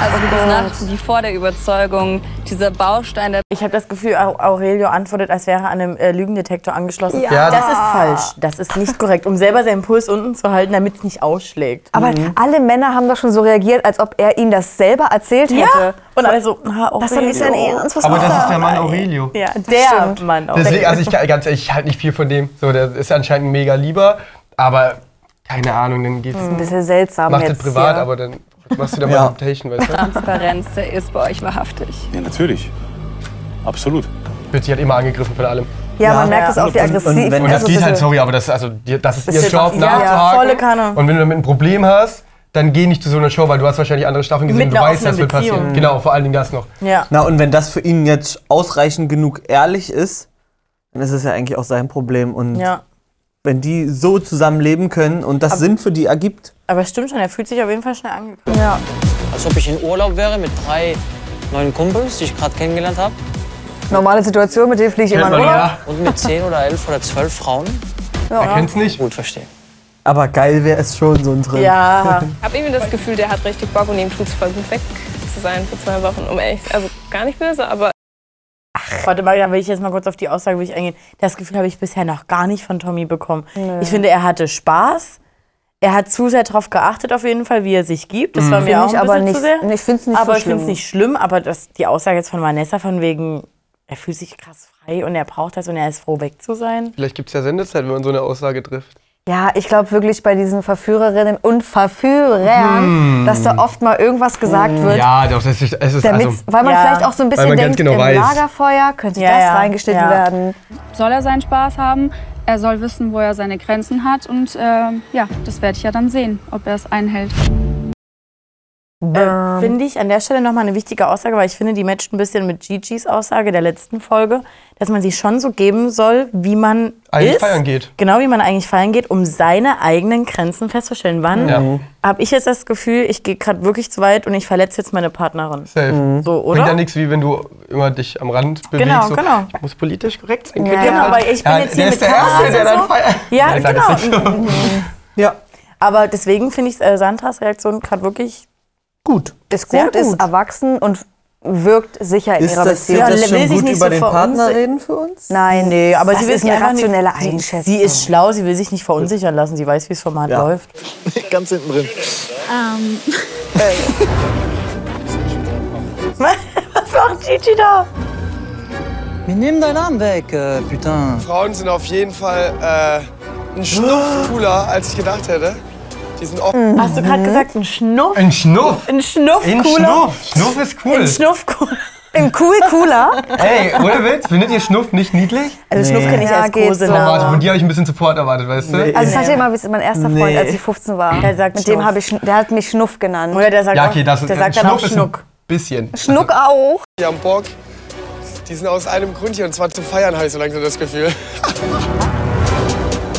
Speaker 15: Also du bist nach wie vor der Überzeugung, dieser Baustein der
Speaker 4: Ich habe das Gefühl, Au- Aurelio antwortet, als wäre er an einem äh, Lügendetektor angeschlossen.
Speaker 15: Ja. Ja.
Speaker 4: Das ist falsch. Das ist nicht korrekt, um selber seinen Puls unten zu halten, damit es nicht ausschlägt.
Speaker 2: Aber
Speaker 3: Hm.
Speaker 2: alle Männer haben doch schon so reagiert, als ob er ihnen das selber erzählt hätte.
Speaker 4: Ja. Und alle so, ha,
Speaker 2: Das ist doch nicht sein
Speaker 4: Aurelio.
Speaker 2: Ernst, was
Speaker 3: Aber
Speaker 2: macht
Speaker 3: das
Speaker 2: er?
Speaker 3: ist der Mann Aurelio.
Speaker 4: Ja, der Mann auch.
Speaker 3: Deswegen, also ich, kann- ganz ehrlich, ich halte nicht viel von dem. So, der ist anscheinend ein mega lieber, aber keine Ahnung, dann geht's.
Speaker 15: Ist ein bisschen seltsam
Speaker 3: Macht das
Speaker 15: jetzt
Speaker 3: privat,
Speaker 15: hier.
Speaker 3: aber dann machst du wieder mal
Speaker 12: Ja.
Speaker 3: ja. Temptation, weißt du?
Speaker 15: Transparenz, der ist bei euch wahrhaftig.
Speaker 12: Ja, natürlich. Absolut.
Speaker 3: Wird sie halt immer angegriffen von allem.
Speaker 15: Ja, man merkt das auch, wie aggressiv-
Speaker 3: Und, wenn,
Speaker 15: also
Speaker 3: das geht
Speaker 15: bisschen-
Speaker 3: halt, sorry, aber das, also, die- das ist ihr
Speaker 4: Bisschen-
Speaker 3: Job,
Speaker 4: ja,
Speaker 3: nachzuhaken.
Speaker 4: volle Kanne.
Speaker 3: Und wenn du damit ein Problem hast, dann geh nicht zu so einer Show, weil du hast wahrscheinlich andere Staffeln gesehen
Speaker 4: Mit
Speaker 3: und du
Speaker 4: einer
Speaker 3: weißt, das
Speaker 4: offenen
Speaker 3: wird passieren.
Speaker 4: Beziehung.
Speaker 3: Genau, vor allen Dingen das noch.
Speaker 4: Ja.
Speaker 1: Na, und wenn das für ihn jetzt ausreichend genug ehrlich ist, dann ist es ja eigentlich auch sein Problem. Und
Speaker 4: Ja.
Speaker 1: wenn die so zusammenleben können und das Sinn für die ergibt,
Speaker 4: Aber es stimmt schon, er fühlt sich auf jeden Fall schnell angegriffen.
Speaker 11: Ja. Als ob ich in Urlaub wäre mit drei neuen Kumpels, die ich gerade kennengelernt habe.
Speaker 2: Normale Situation, mit dem fliege ich immer in Urlaub.
Speaker 11: Und mit zehn oder elf oder zwölf Frauen.
Speaker 2: Ja.
Speaker 3: nicht.
Speaker 11: Gut verstehen.
Speaker 1: aber geil wäre es schon, so ein Trip.
Speaker 16: Ich habe irgendwie das Gefühl, der hat richtig Bock und ihm tut's voll gut weg zu sein für zwei Wochen. Um ehrlich, also gar nicht böse, aber
Speaker 4: Warte mal, da will ich jetzt mal kurz auf die Aussage will ich eingehen. Das Gefühl habe ich bisher noch gar nicht von Tommy bekommen.
Speaker 2: Nö.
Speaker 4: Ich finde, er hatte Spaß. Er hat zu sehr darauf geachtet, auf jeden Fall, wie er sich gibt. Das
Speaker 2: Mhm.
Speaker 4: war mir
Speaker 2: Finde
Speaker 4: auch
Speaker 2: ich
Speaker 4: ein
Speaker 2: aber
Speaker 4: bisschen
Speaker 2: nicht-
Speaker 4: zu sehr.
Speaker 2: ich finde es nicht
Speaker 4: aber
Speaker 2: so
Speaker 4: ich finde es
Speaker 2: schlimm.
Speaker 4: nicht schlimm. Aber das, die Aussage jetzt von Vanessa von wegen, er fühlt sich krass frei und er braucht das und er ist froh, weg zu sein.
Speaker 3: Vielleicht gibt's ja Sendezeit, wenn man so eine Aussage trifft.
Speaker 2: Ja, ich glaube wirklich bei diesen Verführerinnen und Verführern,
Speaker 3: Hm.
Speaker 2: dass da oft mal irgendwas gesagt wird.
Speaker 3: Ja, doch, das ist, es ist
Speaker 2: Damit,
Speaker 3: also,
Speaker 2: weil man
Speaker 3: Ja.
Speaker 2: vielleicht auch so ein
Speaker 3: Weil
Speaker 2: bisschen
Speaker 3: man ganz
Speaker 2: denkt,
Speaker 3: genau
Speaker 2: im
Speaker 3: weiß.
Speaker 2: Lagerfeuer könnte
Speaker 17: Ja,
Speaker 2: das
Speaker 17: ja,
Speaker 2: reingeschnitten
Speaker 17: ja.
Speaker 2: werden.
Speaker 17: Soll er seinen Spaß haben? Er soll wissen, wo er seine Grenzen hat. Und ähm, ja, das werde ich ja dann sehen, ob er es einhält.
Speaker 4: Äh, finde ich an der Stelle nochmal eine wichtige Aussage, weil ich finde, die matcht ein bisschen mit Gigi's Aussage der letzten Folge, dass man sich schon so geben soll, wie man
Speaker 3: Eigentlich
Speaker 4: ist.
Speaker 3: feiern geht.
Speaker 4: Genau, wie man eigentlich feiern geht, um seine eigenen Grenzen festzustellen. Wann
Speaker 3: Ja.
Speaker 4: habe ich jetzt das Gefühl, ich gehe gerade wirklich zu weit und ich verletze jetzt meine Partnerin?
Speaker 3: Safe.
Speaker 4: So,
Speaker 3: Bringt ja
Speaker 4: Mhm. oder?
Speaker 3: nichts, wie wenn du immer dich am Rand bewegst.
Speaker 4: Genau,
Speaker 3: so,
Speaker 4: genau.
Speaker 3: Ich muss politisch korrekt sein.
Speaker 4: Ja, genau, weil ich bin
Speaker 3: Ja,
Speaker 4: jetzt hier
Speaker 3: der
Speaker 4: mit
Speaker 3: ist der Erste, der dann
Speaker 4: Kameras und
Speaker 3: feiert.
Speaker 4: so. Ja,
Speaker 3: Nein, sag das
Speaker 4: genau.
Speaker 3: nicht.
Speaker 1: Ja.
Speaker 4: Aber deswegen finde ich äh, Sandras Reaktion gerade wirklich
Speaker 1: gut.
Speaker 2: Ist
Speaker 4: Sehr
Speaker 2: gut, ist
Speaker 4: gut.
Speaker 2: erwachsen und wirkt sicher in
Speaker 4: Ist
Speaker 2: ihrer
Speaker 4: das-
Speaker 2: Beziehung.
Speaker 4: ja, Will das schon sich gut nicht über so den verunsichern. Partner
Speaker 1: reden für uns?
Speaker 2: Nein,
Speaker 4: Nee, aber
Speaker 2: das
Speaker 4: sie will
Speaker 2: ist
Speaker 4: sich
Speaker 2: eine
Speaker 4: einfach nicht-
Speaker 2: rationelle
Speaker 4: sie-
Speaker 2: Einschätzung.
Speaker 4: Sie ist schlau, sie will sich nicht verunsichern lassen, sie weiß, wie das Format läuft.
Speaker 18: Ganz hinten drin.
Speaker 4: Ähm. Was macht Gigi da?
Speaker 11: Wir nehmen deinen Arm weg, äh, putain.
Speaker 6: Frauen sind auf jeden Fall äh, ein
Speaker 4: Ah.
Speaker 6: Schnuff cooler, als ich gedacht hätte. Die sind offen.
Speaker 4: Hast du gerade
Speaker 7: Mhm.
Speaker 4: gesagt, ein Schnuff?
Speaker 3: Ein Schnuff?
Speaker 4: Mhm. Ein Schnuff
Speaker 3: Ein
Speaker 4: cooler?
Speaker 3: Schnuff. Schnuff ist cool.
Speaker 4: Ein Schnuff cooler. Ein cool cooler?
Speaker 2: Also
Speaker 3: Ey, ohne Witz, findet ihr Schnuff nicht niedlich?
Speaker 4: Also Schnuff Nee. kenn ich als
Speaker 3: geht
Speaker 4: große
Speaker 3: so. Also
Speaker 4: Name.
Speaker 3: Warte, von dir habe ich ein bisschen Support erwartet, weißt du?
Speaker 2: Also das hatte immer bis- mein erster Freund,
Speaker 3: Nee.
Speaker 2: als ich 15 war. Der sagt Mit dem
Speaker 4: Schnuff.
Speaker 2: habe ich, Schn- der hat mich Schnuff genannt.
Speaker 4: Oder der sagt
Speaker 3: ja, okay, das ist
Speaker 2: der sagt dann auch Schnuck.
Speaker 3: Ist ein bisschen.
Speaker 2: Schnuck auch.
Speaker 6: Die haben Bock. Die sind aus einem Grund hier und zwar zum Feiern, habe ich so langsam das Gefühl.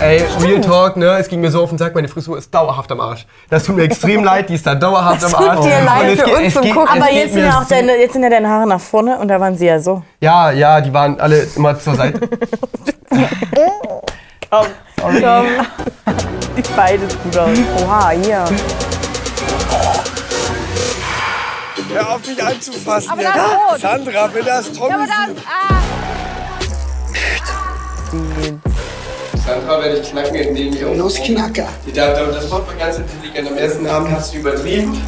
Speaker 3: Ey, Real Talk, ne? Es ging mir so auf den Sack, meine Frisur ist dauerhaft am Arsch. Das tut mir extrem leid, die ist da dauerhaft
Speaker 4: Das
Speaker 3: am Arsch.
Speaker 4: tut dir
Speaker 3: Und es
Speaker 4: leid für
Speaker 3: geht- es
Speaker 4: uns zum
Speaker 3: geht-
Speaker 4: Gucken.
Speaker 3: es
Speaker 4: Aber
Speaker 3: geht
Speaker 4: jetzt sind,
Speaker 3: mir
Speaker 4: ja auch
Speaker 3: so-
Speaker 4: deine, jetzt sind ja deine Haare nach vorne und da waren sie ja so.
Speaker 3: Ja, ja, die waren alle immer zur Seite.
Speaker 4: Komm, komm. Sieht beides gut aus.
Speaker 2: Oha, hier.
Speaker 6: Hör auf mich anzufassen.
Speaker 18: Aber
Speaker 6: jetzt.
Speaker 18: da ist rot.
Speaker 6: Sandra, wenn das Tommy
Speaker 18: Ja, aber ah. da-
Speaker 6: sieht. Sandra werde ich knacken, indem ich auch. Los, Knacker. Das macht man ganz intelligent. Am ersten Abend hast du übertrieben.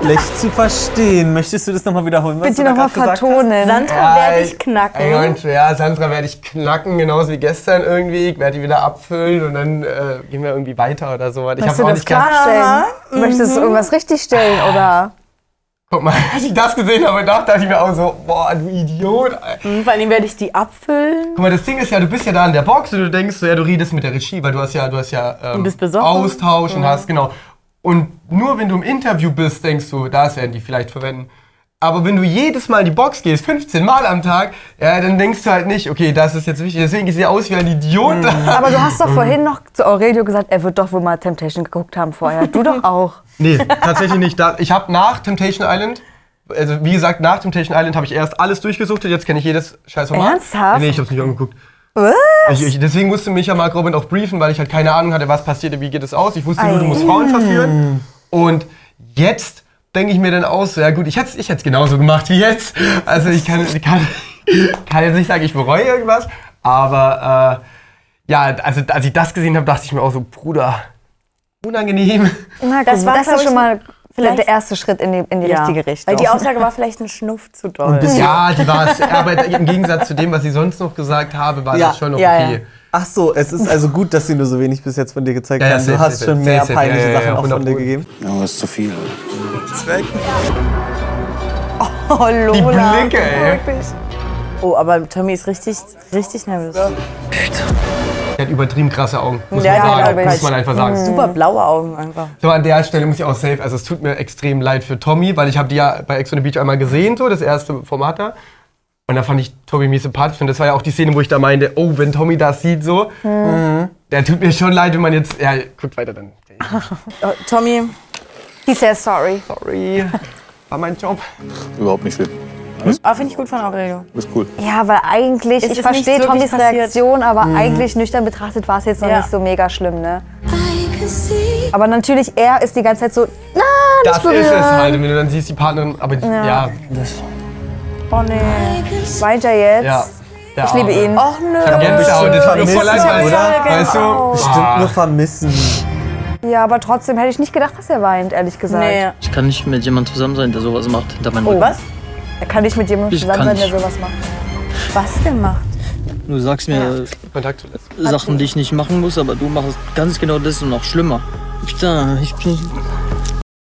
Speaker 1: Schlecht zu verstehen. Möchtest du das nochmal wiederholen? was du da gerade gesagt hast?
Speaker 4: Sandra werde ich
Speaker 3: Ey,
Speaker 4: knacken.
Speaker 3: und, ja, Sandra werde ich knacken, genauso wie gestern irgendwie. Ich werde die wieder abfüllen und dann äh, gehen wir irgendwie weiter oder so. Ich
Speaker 2: Möchtest
Speaker 3: hab
Speaker 2: du
Speaker 3: auch
Speaker 2: das
Speaker 3: nicht gehabt-
Speaker 2: klarstellen?
Speaker 4: Mhm.
Speaker 2: Möchtest du irgendwas richtigstellen oder?
Speaker 3: Guck mal, als ich das gesehen habe, da dachte ich mir auch so, boah, du Idiot. ey.
Speaker 4: Mhm, Vor allem werde ich die abfüllen.
Speaker 3: Guck mal, das Ding ist ja, du bist ja da in der Box und du denkst so, ja, du redest mit der Regie, weil du hast ja, du hast ja ähm,
Speaker 4: Du bist besoffen.
Speaker 3: Austausch und
Speaker 4: Mhm.
Speaker 3: hast, genau. Und nur wenn du im Interview bist, denkst du, das werden die vielleicht verwenden. Aber wenn du jedes Mal in die Box gehst, 15 Mal am Tag, ja, dann denkst du halt nicht, okay, das ist jetzt wichtig. Deswegen sieht er aus wie ein Idiot.
Speaker 4: Mhm.
Speaker 2: Aber du hast doch vorhin noch zu Aurelio gesagt, er wird doch wohl mal Temptation geguckt haben vorher. Du doch auch.
Speaker 3: Nee, tatsächlich nicht. Da, ich habe nach Temptation Island, also wie gesagt, nach Temptation Island habe ich erst alles durchgesuchtet. Jetzt kenne ich jedes scheiß Format.
Speaker 2: Ernsthaft?
Speaker 3: Nee, ich habe es nicht angeguckt. Ich, ich, deswegen musste mich ja Mark Robin auch briefen, weil ich halt keine Ahnung hatte, was passiert, wie geht es aus. Ich wusste nur, du musst
Speaker 6: Ei.
Speaker 3: Frauen verführen. Und jetzt denke ich mir dann aus, so, ja gut, ich hätte es ich hätt's genauso gemacht wie jetzt. Also ich kann, ich kann, kann jetzt nicht sagen, ich bereue irgendwas, aber äh, ja, also als ich das gesehen habe, dachte ich mir auch so, Bruder, unangenehm.
Speaker 2: Na,
Speaker 4: Das
Speaker 2: das,
Speaker 4: war,
Speaker 2: war, das
Speaker 4: glaub
Speaker 2: ist
Speaker 4: ich,
Speaker 2: schon mal
Speaker 4: vielleicht-
Speaker 2: der erste Schritt in die, in die richtige Richtung.
Speaker 4: Weil die Aussage war vielleicht ein Schnuff zu doll.
Speaker 3: Ja, die war es. Aber im Gegensatz zu dem, was ich sonst noch gesagt habe, war das schon noch
Speaker 1: Ja,
Speaker 3: okay.
Speaker 1: ja. Ach so, es ist also gut, dass sie nur so wenig bis jetzt von dir gezeigt
Speaker 3: Ja, ja,
Speaker 1: haben. Du
Speaker 3: safe,
Speaker 1: hast
Speaker 3: safe,
Speaker 1: schon
Speaker 3: safe,
Speaker 1: mehr
Speaker 3: safe,
Speaker 1: peinliche
Speaker 3: ja, ja, ja,
Speaker 1: Sachen auch von dir gegeben.
Speaker 5: Ja, das ist zu viel.
Speaker 6: Zweck.
Speaker 4: Oh, Lola.
Speaker 5: Die Blicke, ey.
Speaker 4: Wirklich. Oh, aber Tommy ist richtig, richtig nervös.
Speaker 3: Der hat übertrieben krasse Augen. Muss,
Speaker 4: Der
Speaker 3: man,
Speaker 4: hat
Speaker 3: sagen,
Speaker 4: halt
Speaker 3: muss man einfach sagen.
Speaker 4: Super blaue Augen einfach.
Speaker 3: So, an der Stelle muss ich auch safe, also es tut mir extrem leid für Tommy, weil ich habe die ja bei Ex on the Beach einmal gesehen, so das erste Format da. Und da fand ich Tommy mies sympathisch und das war ja auch die Szene, wo ich da meinte, oh, wenn Tommy das sieht so,
Speaker 4: Mhm.
Speaker 3: der tut mir schon leid, wenn man jetzt, ja, guckt weiter dann.
Speaker 4: Oh, Tommy.
Speaker 2: He says sorry.
Speaker 3: Sorry. War mein Job.
Speaker 12: Überhaupt nicht schlimm.
Speaker 4: Aber finde ah, ich gut von Aurelio.
Speaker 12: Ist cool.
Speaker 2: Ja, weil eigentlich,
Speaker 4: Ist
Speaker 2: ich
Speaker 4: es nichts
Speaker 2: verstehe
Speaker 4: wirklich
Speaker 2: Tommys
Speaker 4: passiert?
Speaker 2: Reaktion, aber
Speaker 4: Mhm.
Speaker 2: eigentlich nüchtern betrachtet war es jetzt noch
Speaker 4: Ja.
Speaker 2: nicht so mega schlimm, ne? Aber natürlich, er ist die ganze Zeit so, na, nicht
Speaker 3: Das ist
Speaker 2: berühren."
Speaker 3: es halt, wenn du dann siehst, die Partnerin, aber die,
Speaker 2: Ja.
Speaker 3: ja.
Speaker 2: Oh nee. Weint er jetzt?
Speaker 3: Ja. Der
Speaker 2: Ich liebe
Speaker 3: Arme.
Speaker 2: ihn.
Speaker 4: Och nö.
Speaker 3: Ich hab Gänsehaut, Oh, das war mir voll
Speaker 1: Vermissen,
Speaker 3: leid, weil,
Speaker 1: oder?
Speaker 2: genau.
Speaker 3: weißt du,
Speaker 4: genau.
Speaker 1: Bestimmt nur vermissen.
Speaker 2: Ja, aber trotzdem hätte ich nicht gedacht, dass er weint, ehrlich gesagt.
Speaker 4: Nee.
Speaker 11: Ich kann nicht mit jemandem zusammen sein, der sowas macht hinter meinem
Speaker 2: Oh,
Speaker 11: Rücken.
Speaker 2: was? Er kann nicht mit jemandem
Speaker 11: Ich
Speaker 2: zusammen
Speaker 11: kann
Speaker 2: sein, der
Speaker 11: nicht.
Speaker 2: sowas macht. Was denn macht?
Speaker 11: Du sagst mir
Speaker 3: Kontakt
Speaker 11: Sachen, die ich nicht machen muss, aber du machst ganz genau das und noch schlimmer. Ich, da, Ah, ich bin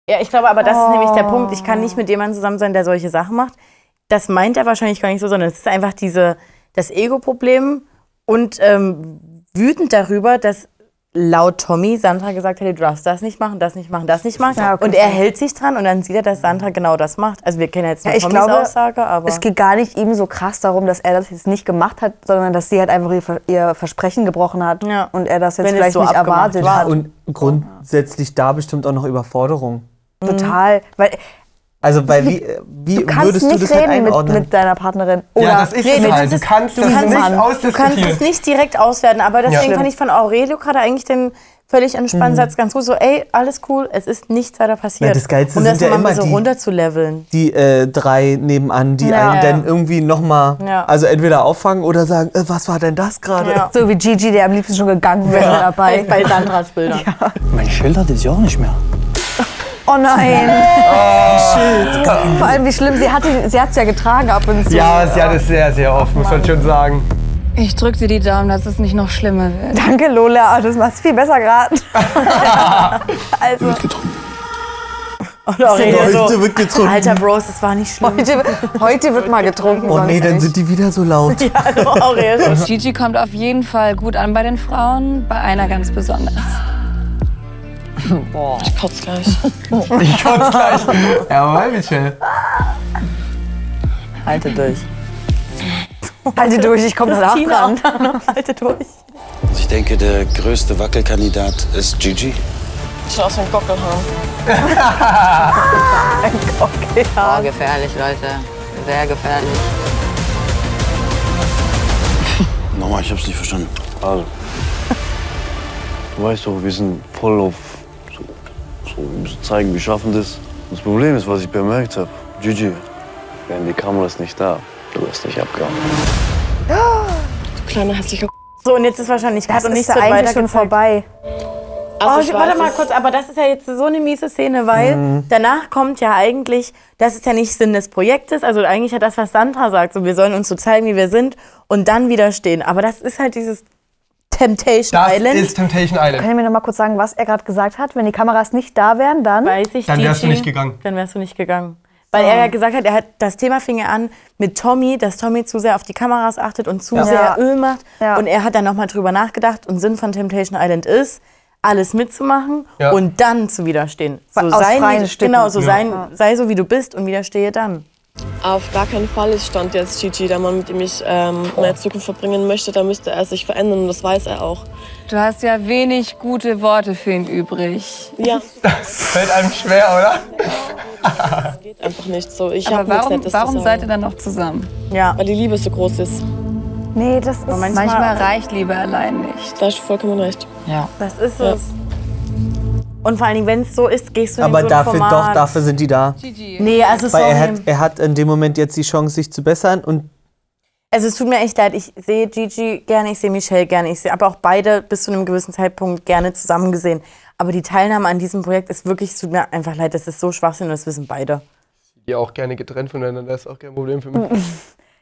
Speaker 4: Ja, ich glaube aber, das ist nämlich der Punkt. Ich kann
Speaker 2: Oh.
Speaker 4: nicht mit jemandem zusammen sein, der solche Sachen macht. Das meint er wahrscheinlich gar nicht so, sondern es ist einfach diese, das Ego-Problem und ähm, wütend darüber, dass laut Tommy Sandra gesagt hätte, du darfst das nicht machen, das nicht machen, das nicht machen.
Speaker 2: Ja, okay.
Speaker 4: Und er hält sich dran und dann sieht er, dass Sandra genau das macht. Also wir kennen jetzt
Speaker 2: Ja,
Speaker 4: nur
Speaker 2: ich
Speaker 4: Tommys
Speaker 2: glaube,
Speaker 4: Aussage, aber...
Speaker 2: es geht gar nicht ihm so krass darum, dass er das jetzt nicht gemacht hat, sondern dass sie halt einfach ihr, Ver- ihr Versprechen gebrochen hat und er das jetzt
Speaker 4: Wenn es
Speaker 2: vielleicht
Speaker 4: so
Speaker 2: nicht
Speaker 4: abgemacht Mhm.
Speaker 2: erwartet
Speaker 1: Ja,
Speaker 2: hat.
Speaker 1: und grundsätzlich da bestimmt auch noch Überforderung.
Speaker 2: Total. Weil
Speaker 1: Also, weil wie, äh, wie
Speaker 2: du kannst
Speaker 1: würdest du
Speaker 2: nicht
Speaker 1: das halt
Speaker 2: reden mit,
Speaker 1: einordnen?
Speaker 2: mit deiner Partnerin.
Speaker 1: Ja,
Speaker 2: Oder
Speaker 1: das ist es
Speaker 2: mit
Speaker 1: halt. Du kannst das nicht
Speaker 4: du kannst es nicht direkt auswerten, aber
Speaker 2: Ja. Mhm.
Speaker 4: deswegen
Speaker 2: Schlimm.
Speaker 4: fand ich von Aurelio gerade eigentlich den völlig entspannten Satz ganz gut. So, ey, alles cool, es ist nichts weiter passiert.
Speaker 1: Na, das Geilste
Speaker 4: um das
Speaker 1: sind ja
Speaker 4: mal
Speaker 1: immer
Speaker 4: so
Speaker 1: die-
Speaker 4: runterzuleveln.
Speaker 1: Die äh, drei nebenan, die
Speaker 4: Ja.
Speaker 1: einen dann irgendwie nochmal,
Speaker 4: Ja.
Speaker 1: also entweder auffangen oder sagen, äh, was war denn das gerade?
Speaker 2: So wie Gigi, der am liebsten schon gegangen wäre
Speaker 1: Ja.
Speaker 2: dabei.
Speaker 4: Bei Sandras Bildern.
Speaker 11: Mein Schild hat es ja auch nicht mehr.
Speaker 2: Oh nein.
Speaker 1: Oh,
Speaker 3: Schild.
Speaker 2: Vor allem, wie schlimm. Sie hat es sie hat's ja getragen ab und zu.
Speaker 3: Ja, sie hat es sehr, sehr oft, muss man schon sagen.
Speaker 15: Ich drück dir die Daumen, dass es nicht noch schlimmer wird.
Speaker 2: Danke, Lola. Das macht es viel besser gerade. also.
Speaker 4: Und Aurelio
Speaker 1: Heute
Speaker 4: so,
Speaker 1: wird getrunken.
Speaker 4: Also, Alter Bros, das war nicht schlimm.
Speaker 2: Heute, heute wird mal getrunken.
Speaker 1: Oh nee, dann sind die wieder so laut.
Speaker 4: also,
Speaker 15: Gigi kommt auf jeden Fall gut an bei den Frauen, bei einer ganz besonders.
Speaker 9: Boah. Ich kotze gleich.
Speaker 3: Ich kotze gleich. Jawohl, Michelle.
Speaker 4: Halte durch.
Speaker 2: Halte Halt durch, ich komme danach dran.
Speaker 4: Halte durch.
Speaker 5: Ich denke, der größte Wackelkandidat ist Gigi.
Speaker 7: Schon aus dem Gockel haben.
Speaker 13: Oh, gefährlich, Leute. Sehr gefährlich.
Speaker 5: Nochmal, ich hab's nicht verstanden.
Speaker 8: Also, du weißt doch, wir sind voll auf. So, so, wir müssen zeigen, wir schaffen das. Das Problem ist, was ich bemerkt habe: Gigi, wären die Kameras nicht da, du wirst nicht abgehauen.
Speaker 4: Du kleine hässliche So, und jetzt ist wahrscheinlich
Speaker 2: Das
Speaker 4: und
Speaker 2: ist
Speaker 4: nichts
Speaker 2: ja
Speaker 4: wird
Speaker 2: eigentlich schon
Speaker 4: weitergezeigt.
Speaker 2: vorbei.
Speaker 4: Oh,
Speaker 2: Also ich
Speaker 4: ich warte
Speaker 2: weiß
Speaker 4: mal
Speaker 2: es-
Speaker 4: kurz, aber das ist ja jetzt so eine miese Szene, weil
Speaker 2: Mhm.
Speaker 4: danach kommt ja eigentlich, das ist ja nicht Sinn des Projektes, also eigentlich ja das, was Sandra sagt, so wir sollen uns so zeigen, wie wir sind und dann widerstehen. Aber das ist halt dieses Temptation
Speaker 3: Das
Speaker 4: Island.
Speaker 3: ist Temptation
Speaker 2: Können
Speaker 3: Island.
Speaker 2: ihr mir noch mal kurz sagen, was er gerade gesagt hat? Wenn die Kameras nicht da wären, dann.
Speaker 4: Weiß ich,
Speaker 3: Dann wärst du
Speaker 4: Gigi,
Speaker 3: nicht gegangen.
Speaker 4: Dann wärst du nicht gegangen. Weil
Speaker 2: Ah.
Speaker 4: er ja gesagt hat, er hat das Thema fing ja an mit Tommy, dass Tommy zu sehr auf die Kameras achtet und zu
Speaker 2: Ja.
Speaker 4: sehr
Speaker 2: Ja.
Speaker 4: Öl macht. Und er hat dann nochmal drüber nachgedacht und Sinn von Temptation Island ist, alles mitzumachen
Speaker 2: Ja.
Speaker 4: und dann zu widerstehen. So
Speaker 2: Aus
Speaker 4: sein,
Speaker 2: freien
Speaker 4: wie,
Speaker 2: Stücken.
Speaker 4: genau, so
Speaker 2: Ja.
Speaker 4: sein, sei so wie du bist und widerstehe dann.
Speaker 7: Auf gar keinen Fall ist stand jetzt Gigi, da man mit ihm ich ähm, meine Zukunft verbringen möchte, da müsste er sich verändern und das weiß er auch.
Speaker 15: Du hast ja wenig gute Worte für ihn übrig.
Speaker 7: Ja.
Speaker 3: Fällt einem schwer, oder?
Speaker 7: Geht einfach nicht so. Ich
Speaker 15: Aber
Speaker 7: hab nichts
Speaker 15: warum,
Speaker 7: Nettes zu
Speaker 15: warum
Speaker 7: sagen.
Speaker 15: seid ihr dann noch zusammen?
Speaker 4: Ja.
Speaker 7: Weil die Liebe so groß ist.
Speaker 2: Nee, das ist
Speaker 15: manchmal, manchmal reicht Liebe allein nicht.
Speaker 4: Da hast du vollkommen recht. Ja.
Speaker 2: Das ist
Speaker 4: Ja.
Speaker 2: es.
Speaker 4: Und vor allen Dingen, wenn es so ist, gehst du
Speaker 1: Aber
Speaker 4: in so ein
Speaker 1: dafür,
Speaker 4: Format.
Speaker 1: doch, dafür sind die da.
Speaker 4: Nee, also
Speaker 1: Weil
Speaker 4: sorry.
Speaker 1: er hat, er hat in dem Moment jetzt die Chance, sich zu bessern und
Speaker 4: Also es tut mir echt leid, ich sehe Gigi gerne, ich sehe Michelle gerne, ich sehe aber auch beide bis zu einem gewissen Zeitpunkt gerne zusammen gesehen. Aber die Teilnahme an diesem Projekt ist wirklich, es tut mir einfach leid, das ist so Schwachsinn und das wissen beide.
Speaker 3: Die auch gerne getrennt voneinander, das ist auch kein Problem für mich.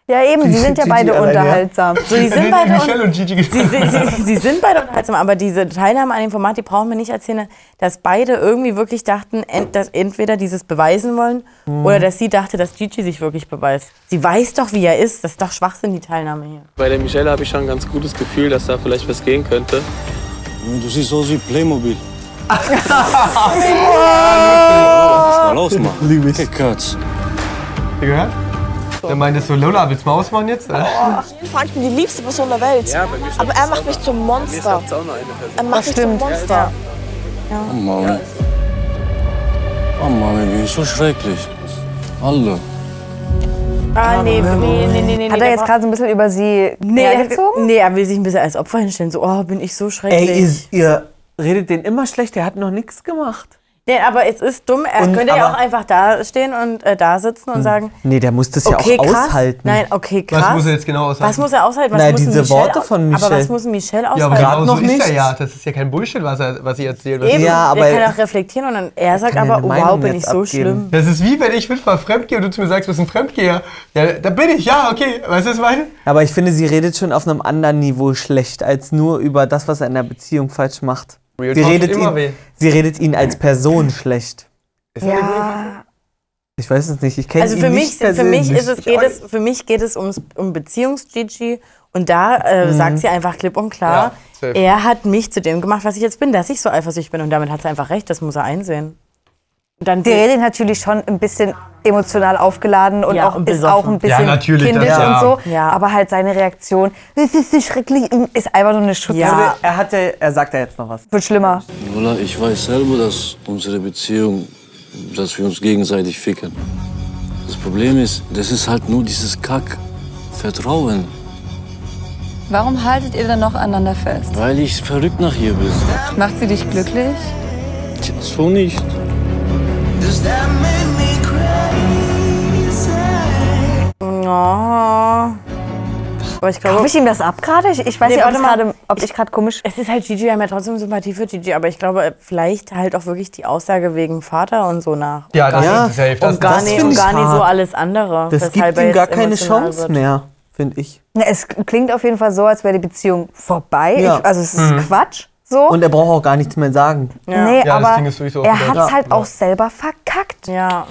Speaker 2: Ja, eben, die sind ja
Speaker 3: Gigi
Speaker 2: beide
Speaker 3: alleine, ja.
Speaker 2: unterhaltsam.
Speaker 4: So, die sind beide
Speaker 3: Michelle und Gigi
Speaker 4: Sie, sie, sie, sie sind beide unterhaltsam, aber diese Teilnahme an dem Format, die brauchen wir nicht erzählen, dass beide irgendwie wirklich dachten, ent, dass entweder dieses beweisen wollen
Speaker 11: Mhm.
Speaker 4: oder dass sie dachte, dass Gigi sich wirklich beweist. Sie weiß doch, wie er ist. Das ist doch Schwachsinn, die Teilnahme hier.
Speaker 18: Bei der Michelle habe ich schon ein ganz gutes Gefühl, dass da vielleicht was gehen könnte.
Speaker 8: Du siehst aus wie Playmobil.
Speaker 18: Was
Speaker 8: Mal ausmachen. Liebe ich. Katz.
Speaker 3: gehört? Dann meint es so, Lola, willst du mal ausmachen jetzt?
Speaker 7: Frank, ich bin die liebste Person der Welt. aber er macht mich zum Monster. Er macht mich
Speaker 4: Das
Speaker 7: zum
Speaker 4: stimmt.
Speaker 7: Monster.
Speaker 8: Oh Mami. Oh Mami, wie so schrecklich. Alle.
Speaker 4: Ah, nee, nee, nee, nee, nee.
Speaker 2: Hat er jetzt gerade so ein bisschen über sie
Speaker 4: Nee, er hat-
Speaker 2: hergezogen?
Speaker 4: nee, er will sich ein bisschen als Opfer hinstellen. So, oh, bin ich so schrecklich.
Speaker 1: Ey, ihr, ihr redet den immer schlecht, der hat noch nichts gemacht.
Speaker 4: nee, aber es ist dumm. Er
Speaker 1: Und-
Speaker 4: könnte ja
Speaker 1: aber-
Speaker 4: auch einfach da stehen und äh, da sitzen und sagen,
Speaker 1: Nee, der muss das ja
Speaker 4: okay,
Speaker 1: auch
Speaker 4: krass.
Speaker 1: aushalten.
Speaker 4: Nein, okay, krass.
Speaker 1: Was muss er jetzt genau aushalten?
Speaker 4: Was muss er aushalten? Was
Speaker 1: Na,
Speaker 4: muss ein
Speaker 1: diese
Speaker 4: Michelle
Speaker 1: Worte
Speaker 4: au-
Speaker 1: von
Speaker 4: Aber was
Speaker 1: Michelle.
Speaker 4: muss ein Michelle aushalten?
Speaker 3: Ja, aber genau so ist
Speaker 1: nichts.
Speaker 3: er ja. Das ist ja kein Bullshit, was, er, was ich erzähle.
Speaker 4: Eben, er kann auch reflektieren und dann, er sagt aber, oh, wow, bin ich so schlimm.
Speaker 3: Das ist wie wenn ich mit mal fremdgehe und du zu mir sagst, du bist ein Fremdgeher. Ja, da bin ich, ja, okay. Weißt du, was ich meine?
Speaker 1: Aber ich finde, sie redet schon auf einem anderen Niveau schlecht, als nur über das, was er in der Beziehung falsch macht.
Speaker 3: Real
Speaker 1: Sie
Speaker 3: Talk
Speaker 1: redet,
Speaker 3: tut immer weh.
Speaker 1: ihn, sie redet ihn als Person schlecht. Ich weiß es nicht, ich kenne
Speaker 4: Also
Speaker 1: ihn
Speaker 4: für
Speaker 1: nicht
Speaker 4: mich, für mich ist es,
Speaker 1: persönlich.
Speaker 4: geht es, für mich geht es ums, um Beziehungs-Gigi und da äh,
Speaker 1: Mhm.
Speaker 4: sagt sie einfach klipp und klar,
Speaker 1: Ja, safe.
Speaker 4: er hat mich zu dem gemacht, was ich jetzt bin, dass ich so eifersüchtig bin und damit hat sie einfach recht, das muss er einsehen. Und dann
Speaker 2: Die Rede natürlich schon ein bisschen emotional aufgeladen und
Speaker 4: Ja,
Speaker 2: auch,
Speaker 4: und
Speaker 2: ist
Speaker 4: besoffen.
Speaker 2: auch ein
Speaker 4: Ja,
Speaker 2: bisschen
Speaker 4: natürlich, das
Speaker 2: kindisch
Speaker 4: ja.
Speaker 2: und so. Aber halt seine Reaktion, das ist so schrecklich, mm, ist einfach nur eine Schutz.
Speaker 1: Also, er, hat ja, er sagt ja jetzt noch was.
Speaker 2: Wird schlimmer.
Speaker 8: Lola, ich weiß selber, dass unsere Beziehung, dass wir uns gegenseitig ficken. Das Problem ist, das ist halt nur dieses Kack-Vertrauen,
Speaker 15: Warum haltet ihr dann noch aneinander fest?
Speaker 8: weil ich verrückt nach ihr bin.
Speaker 15: Macht sie dich glücklich?
Speaker 8: So nicht.
Speaker 4: Ja. Aber Oh. ich glaube,
Speaker 2: Kaufe ich ihm das ab gerade? Ich, ich weiß
Speaker 4: Nee,
Speaker 2: nicht, ob,
Speaker 4: warte
Speaker 2: das
Speaker 4: mal.
Speaker 2: gerade- ob ich gerade komisch...
Speaker 4: Es ist halt Gigi, wir haben ja trotzdem Sympathie für Gigi, aber ich glaube, äh, vielleicht halt auch wirklich die Aussage wegen Vater und so nach.
Speaker 3: Ja,
Speaker 4: Und
Speaker 3: das
Speaker 4: gar-
Speaker 3: ist safe, das-
Speaker 4: Und gar
Speaker 3: das
Speaker 4: nicht,
Speaker 3: find
Speaker 4: und
Speaker 3: ich
Speaker 4: gar nicht so
Speaker 1: hart.
Speaker 4: alles andere.
Speaker 1: Das
Speaker 4: weshalb
Speaker 1: gibt
Speaker 4: er
Speaker 1: ihm gar
Speaker 4: jetzt
Speaker 1: keine
Speaker 4: emotional
Speaker 1: Chance
Speaker 4: wird.
Speaker 1: mehr, finde ich.
Speaker 2: Na, es klingt auf jeden Fall so, als wäre die Beziehung vorbei.
Speaker 1: Ja.
Speaker 2: Ich, also es ist
Speaker 1: Mhm.
Speaker 2: Quatsch. So.
Speaker 1: Und er braucht auch gar nichts mehr sagen.
Speaker 2: Nee, aber er hat es halt auch selber verkackt.
Speaker 4: Ja.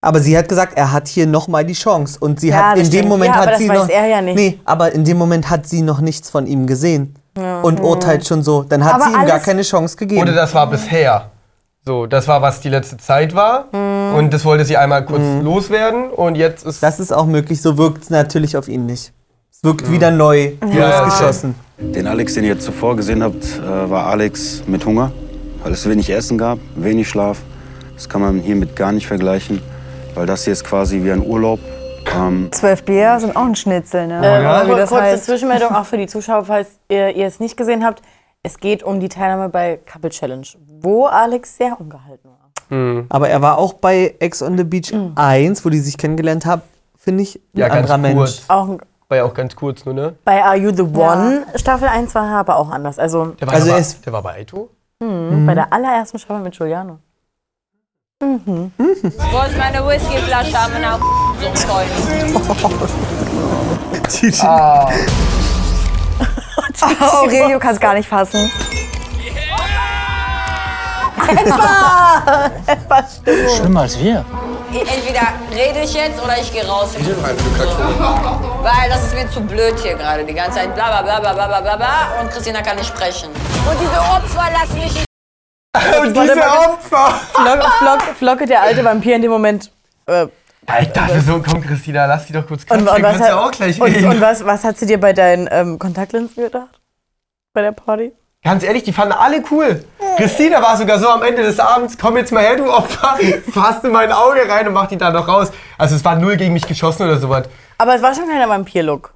Speaker 1: Aber sie hat gesagt, er hat hier nochmal die Chance. Und sie
Speaker 4: Ja,
Speaker 1: hat in
Speaker 4: das
Speaker 1: dem
Speaker 4: stimmt.
Speaker 1: Moment
Speaker 4: Ja,
Speaker 1: hat
Speaker 4: aber das
Speaker 1: sie
Speaker 4: weiß
Speaker 1: noch.
Speaker 4: er ja nicht.
Speaker 1: Nee, aber in dem Moment hat sie noch nichts von ihm gesehen.
Speaker 4: Ja.
Speaker 1: Und
Speaker 4: Mhm.
Speaker 1: urteilt schon so. Dann hat
Speaker 4: Aber
Speaker 1: sie ihm gar
Speaker 4: alles-
Speaker 1: keine Chance gegeben.
Speaker 3: Oder das war bisher. So, das war, was die letzte Zeit war. Und das wollte sie einmal kurz loswerden. Und jetzt ist.
Speaker 1: Das ist auch möglich, so wirkt es natürlich auf ihn nicht. Es wirkt wieder neu
Speaker 5: Ja.
Speaker 1: losgeschossen.
Speaker 5: Den Alex, den ihr jetzt zuvor gesehen habt, äh, war Alex mit Hunger, weil es wenig Essen gab, wenig Schlaf. Das kann man hiermit gar nicht vergleichen, weil das hier ist quasi wie ein Urlaub. Ähm,
Speaker 2: Zwölf Bier sind auch ein Schnitzel, ne?
Speaker 4: Äh,
Speaker 2: Oder
Speaker 4: kur- kurze
Speaker 2: heißt.
Speaker 4: Zwischenmeldung auch für die Zuschauer, falls ihr, ihr es nicht gesehen habt. Es geht um die Teilnahme bei Couple Challenge, wo Alex sehr ungehalten war.
Speaker 1: Aber er war auch bei Ex on the Beach
Speaker 4: Mhm.
Speaker 1: 1, wo die sich kennengelernt haben, finde ich, ein
Speaker 3: Ja, ganz
Speaker 1: anderer Mensch.
Speaker 3: kurz.
Speaker 4: Auch
Speaker 3: War ja auch ganz kurz nur, ne?
Speaker 4: bei Are You the One Staffel 1 war er aber auch anders. Also,
Speaker 3: Der war,
Speaker 1: Also
Speaker 3: der
Speaker 1: er
Speaker 3: war,
Speaker 1: ist-
Speaker 3: der war bei Aito?
Speaker 4: Mhm. bei der allerersten Staffel mit Giuliano. Mhm.
Speaker 19: Wo ist meine Whiskyflasche am
Speaker 3: Ah.
Speaker 2: Oh, Aurelio kann es gar nicht fassen.
Speaker 19: Eva! Eva,
Speaker 11: Schlimmer als wir.
Speaker 19: Entweder rede ich jetzt oder ich gehe raus. Weil das ist mir zu blöd hier gerade. Die ganze Zeit bla bla bla bla bla bla bla und Christina kann nicht sprechen. Und diese Opfer lassen mich
Speaker 4: Und diese Opfer! Flock, Flock, Flocke, der alte Vampir in dem Moment. Äh,
Speaker 3: Alter, wieso? Komm, Christina, lass die doch kurz
Speaker 4: und,
Speaker 3: klatschen.
Speaker 4: und, was
Speaker 3: kannst ja
Speaker 4: hat,
Speaker 3: auch gleich
Speaker 4: und,
Speaker 3: reden.
Speaker 4: und was, was hat sie dir bei deinen ähm, Kontaktlinsen gedacht? Bei der Party?
Speaker 3: Ganz ehrlich, die fanden alle cool. Christina war sogar so am Ende des Abends, komm jetzt mal her, du Opfer, fasst in mein Auge rein und mach die da noch raus. Also es war null gegen mich geschossen oder sowas.
Speaker 4: Aber es war schon keiner Vampir-Look.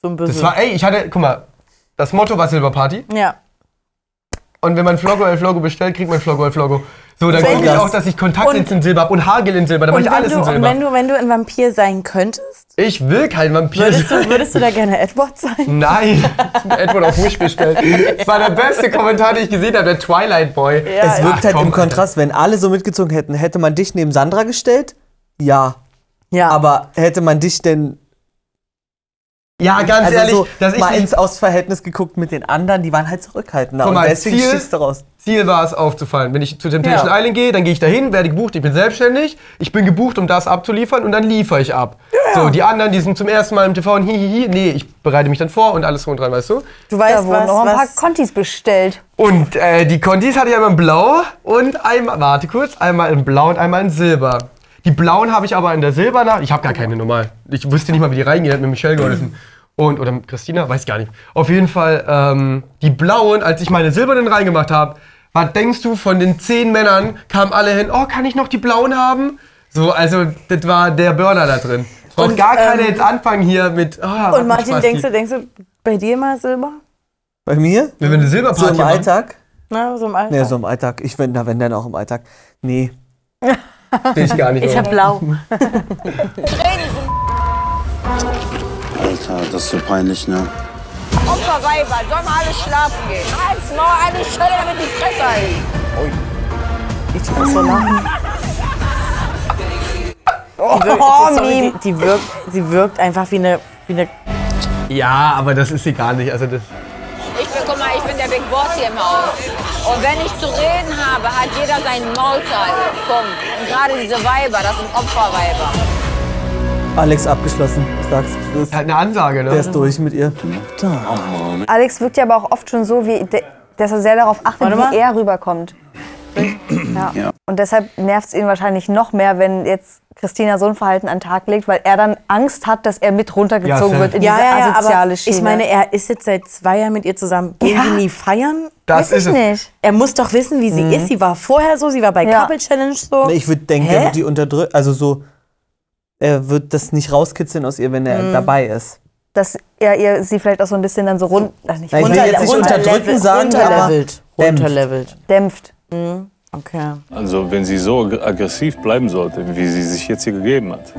Speaker 4: So ein bisschen.
Speaker 3: Das war, ey, ich hatte, guck mal, das Motto war Silver Party.
Speaker 4: Ja.
Speaker 3: Und wenn man Flogo El Flogo bestellt, kriegt man Flogo El Flogo. So, dann
Speaker 4: Wenn
Speaker 3: gucke ich
Speaker 4: das-
Speaker 3: auch, dass ich Kontaktlinsen in Silber habe und Haargel in Silber, dann mache
Speaker 4: Und
Speaker 3: ich
Speaker 4: wenn,
Speaker 3: alles
Speaker 4: du,
Speaker 3: in
Speaker 4: und
Speaker 3: Silber.
Speaker 4: wenn du, wenn du ein Vampir sein könntest,
Speaker 3: ich will kein Vampir
Speaker 4: würdest du,
Speaker 3: sein.
Speaker 4: würdest du da gerne Edward sein?
Speaker 3: Nein, Edward auf mich bestellt. Das war der beste Kommentar, den ich gesehen habe, der Twilight Boy.
Speaker 1: es wirkt halt im Kontrast, wenn alle so mitgezogen hätten, hätte man dich neben Sandra gestellt? Ja.
Speaker 4: Ja.
Speaker 1: Aber hätte man dich denn.
Speaker 3: Ja, Ah, ganz
Speaker 1: also
Speaker 3: ehrlich,
Speaker 1: so
Speaker 3: dass ich
Speaker 1: mal
Speaker 3: nicht-
Speaker 1: ins Ausverhältnis geguckt mit den anderen, die waren halt zurückhaltender.
Speaker 3: Guck mal,
Speaker 1: und deswegen
Speaker 3: Ziel-
Speaker 1: schießt du raus.
Speaker 3: Ziel war es, aufzufallen. Wenn ich zu Temptation
Speaker 1: Ja.
Speaker 3: Island gehe, dann gehe ich dahin, werde gebucht, ich bin selbstständig, ich bin gebucht, um das abzuliefern und dann liefere ich ab. So, die anderen, die sind zum ersten Mal im TV und hihihi, nee, ich bereite mich dann vor und alles rund rein, weißt du?
Speaker 4: Du weißt,
Speaker 2: da wurden
Speaker 4: was-
Speaker 2: auch ein paar
Speaker 4: was-
Speaker 2: Contis bestellt.
Speaker 3: Und äh, die Contis hatte ich einmal in blau und einmal, warte kurz, einmal in blau und einmal in silber. Die blauen habe ich aber in der Silbernacht, ich habe gar keine normal. Ich wusste nicht mal, wie die reingehen, hat mir Michelle geholfen. Und, oder mit Christina, weiß gar nicht. Auf jeden Fall, ähm, die blauen, als ich meine silbernen reingemacht habe, was denkst du, von den zehn Männern kamen alle hin, oh, kann ich noch die blauen haben? So, also, das war der Burner da drin. Braucht
Speaker 4: Und,
Speaker 3: gar keiner
Speaker 4: ähm,
Speaker 3: jetzt anfangen hier mit, ah,
Speaker 4: und Martin, denkst du, denkst du bei dir mal Silber?
Speaker 1: Bei mir?
Speaker 3: Wenn wir eine
Speaker 1: So
Speaker 3: Silberparty
Speaker 1: im
Speaker 3: machen?
Speaker 1: Alltag?
Speaker 4: Na, so im Alter.
Speaker 1: Nee, so im Alltag. Ich wenn, na, wenn dann auch im Alltag. Nee.
Speaker 3: Sehe ich gar nicht
Speaker 4: Ich hab blau.
Speaker 5: Alter, das ist so peinlich, ne?
Speaker 19: Opferweiber, sollen wir alle schlafen gehen? Als Maul, eine Schelle, damit die Fresse ein.
Speaker 4: Ich muss so lachen.
Speaker 19: Oh,
Speaker 4: Die wirkt, oh,
Speaker 19: Meme.
Speaker 4: sorry, die, die wirkt, sie wirkt einfach wie eine, wie eine
Speaker 3: Ja, aber das ist sie gar nicht, also das...
Speaker 19: Ich bin, guck mal, ich bin der Big Boss hier im Haus. Und wenn ich zu reden habe, hat jeder seinen Maulteil. Punkt. Und gerade diese Weiber, das sind Opferweiber.
Speaker 1: Alex abgeschlossen. Ich sag's. Das ist
Speaker 3: halt eine Ansage, ne?
Speaker 1: Der ist durch mit ihr.
Speaker 2: Alex wirkt ja aber auch oft schon so, wie, de- dass er sehr darauf achtet,
Speaker 4: Warte mal.
Speaker 2: wie er rüberkommt. Ja. Und deshalb nervt es ihn wahrscheinlich noch mehr, wenn jetzt Christina so ein Verhalten an den Tag legt, weil er dann Angst hat, dass er mit runtergezogen wird in diese asoziale Schiene.
Speaker 4: Ich meine, er ist jetzt seit zwei Jahren mit ihr zusammen. Gehen die nie feiern?
Speaker 1: Das
Speaker 4: Weiß
Speaker 1: ist
Speaker 4: ich
Speaker 1: es.
Speaker 4: nicht. Er muss doch wissen, wie sie
Speaker 1: Mhm.
Speaker 4: ist. Sie war vorher so, sie war bei Couple Challenge so.
Speaker 1: Nee, Ich würde denken,
Speaker 4: Hä?
Speaker 1: er wird die unterdrücken. Also so. Er wird das nicht rauskitzeln aus ihr, wenn er
Speaker 4: Hm.
Speaker 2: Mhm.
Speaker 1: dabei ist.
Speaker 2: dass er ihr sie vielleicht auch so ein bisschen dann so rund, ach nicht
Speaker 1: Nein, ich will
Speaker 2: runter-
Speaker 1: jetzt nicht
Speaker 2: runterlevel-
Speaker 1: unterdrücken sagen, aber
Speaker 2: runterlevelt.
Speaker 1: dämpft.
Speaker 2: dämpft.
Speaker 4: Okay.
Speaker 12: Also wenn sie so ag- aggressiv bleiben sollte, wie sie sich jetzt hier gegeben hat,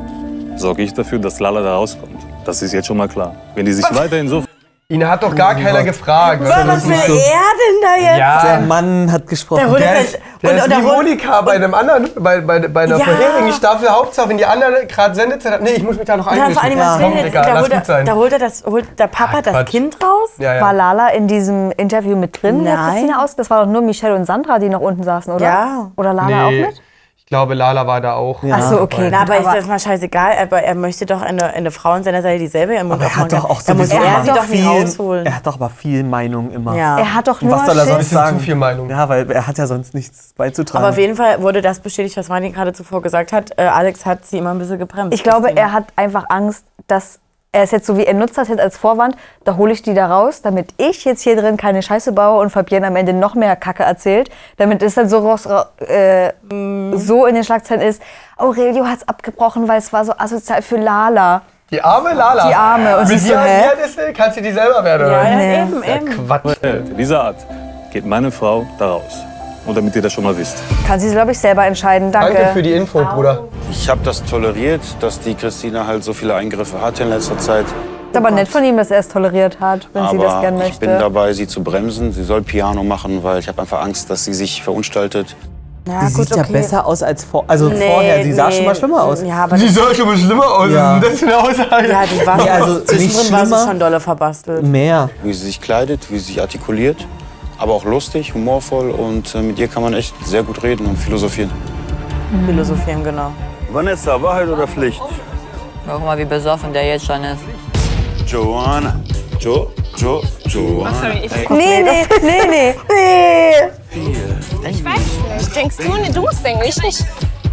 Speaker 12: sorge ich dafür, dass Lala da rauskommt. Das ist jetzt schon mal klar. Wenn die sich weiterhin so...
Speaker 3: Ihn hat doch gar keiner gefragt. Also
Speaker 12: Was, was will
Speaker 4: er denn da jetzt?
Speaker 3: Ja.
Speaker 1: Der Mann hat gesprochen.
Speaker 3: Der, ist, der ist wie Monika bei einem anderen, bei, bei, bei einer
Speaker 4: Ja.
Speaker 3: vorherigen Staffel. Hauptsache, wenn die andere gerade Sendezeit hat. Nee, ich muss mich da noch
Speaker 4: Ja, vor
Speaker 3: einmischen.
Speaker 4: allem, was will
Speaker 3: Komm,
Speaker 4: jetzt-
Speaker 3: Digga,
Speaker 4: da,
Speaker 3: lass
Speaker 4: holt
Speaker 3: gut
Speaker 4: er,
Speaker 3: sein.
Speaker 4: da holt er das, holt der Papa das
Speaker 3: Quatsch.
Speaker 4: Kind raus?
Speaker 3: Ja, ja.
Speaker 2: War Lala in diesem Interview mit drin, Herr
Speaker 4: Nein.
Speaker 2: Christina aus? Das war doch nur Michelle und Sandra, die noch unten saßen, oder?
Speaker 4: Ja.
Speaker 2: Oder Lala
Speaker 3: Nee,
Speaker 2: auch mit?
Speaker 3: Ich glaube, Lala war da auch.
Speaker 4: Ach so, okay. Na, aber,
Speaker 2: Aber-
Speaker 4: ist das mal scheißegal. Aber er möchte doch eine, eine Frau an seiner Seite, die selber im Mund
Speaker 1: Aber er hat
Speaker 4: aufmachen
Speaker 1: doch auch
Speaker 4: kann. Da muss
Speaker 1: sowieso
Speaker 4: er
Speaker 1: immer
Speaker 4: sie doch nicht
Speaker 1: viel,
Speaker 4: rausholen.
Speaker 1: Er hat doch aber viel Meinung immer.
Speaker 4: Ja. Er hat doch
Speaker 1: Und Was
Speaker 4: nur
Speaker 1: soll er
Speaker 4: Schiss.
Speaker 1: sonst
Speaker 4: Bisschen zu
Speaker 1: sagen?
Speaker 4: viel
Speaker 1: Meinung. Ja, weil er hat ja sonst nichts beizutragen.
Speaker 4: Aber auf jeden Fall wurde das bestätigt, was Martin gerade zuvor gesagt hat. Äh, Alex hat sie immer ein bisschen gebremst.
Speaker 2: Ich glaube, er hat einfach Angst, dass er es jetzt so wie er nutzt das jetzt als Vorwand, da hole ich die da raus, damit ich jetzt hier drin keine Scheiße baue und Fabienne am Ende noch mehr Kacke erzählt, damit es dann so raus, ra- äh, so in den Schlagzeilen ist. Aurelio hat's abgebrochen, weil es war so asozial für Lala.
Speaker 3: Die arme Lala.
Speaker 2: Die Arme. Und
Speaker 3: Und
Speaker 2: sie
Speaker 3: Mit
Speaker 2: so,
Speaker 3: dir
Speaker 2: hä?
Speaker 3: ja, deswegen kannst du die selber werden,
Speaker 2: Ja,
Speaker 3: oder?
Speaker 2: ja, Nee. eben,
Speaker 12: Ja, Quatsch. Dieser Art geht meine Frau da raus. Und damit ihr das schon mal wisst.
Speaker 2: Kann sie, glaube ich, selber entscheiden. Danke.
Speaker 3: Info,
Speaker 5: Bruder. Ich habe das toleriert, dass die Christina halt so viele Eingriffe hatte in letzter Zeit.
Speaker 2: Ist aber nett von ihm, dass er es toleriert hat, wenn
Speaker 5: Aber
Speaker 2: sie das gern
Speaker 5: ich bin
Speaker 2: möchte.
Speaker 5: dabei, sie zu bremsen. Sie soll Piano machen, weil ich habe einfach Angst, dass sie sich verunstaltet.
Speaker 1: die sieht ja besser aus als vor, also
Speaker 5: Nee,
Speaker 1: vorher. Die sah
Speaker 5: nee.
Speaker 1: schon mal schlimmer aus.
Speaker 4: Ja,
Speaker 5: aber Sie
Speaker 3: sah schon mal schlimmer aus.
Speaker 1: Ja.
Speaker 3: Das ist eine Aussage.
Speaker 4: Ja, die war
Speaker 1: Nee, also nicht
Speaker 4: zwischendrin war sie
Speaker 1: schlimmer.
Speaker 4: schon dolle verbastelt.
Speaker 1: Mehr.
Speaker 5: Wie sie sich kleidet, wie sie sich artikuliert. Aber auch lustig, humorvoll und äh, mit ihr kann man echt sehr gut reden und philosophieren.
Speaker 4: Philosophieren, genau.
Speaker 5: Vanessa, Wahrheit oder Pflicht?
Speaker 13: Guck mal, wie besoffen der jetzt schon ist.
Speaker 5: Joanna. Jo, Jo, Joanna.
Speaker 7: Nee, nee,
Speaker 2: nee, nee.
Speaker 7: Ich weiß nicht. Denkst du, nee, du musst denken, ich nicht.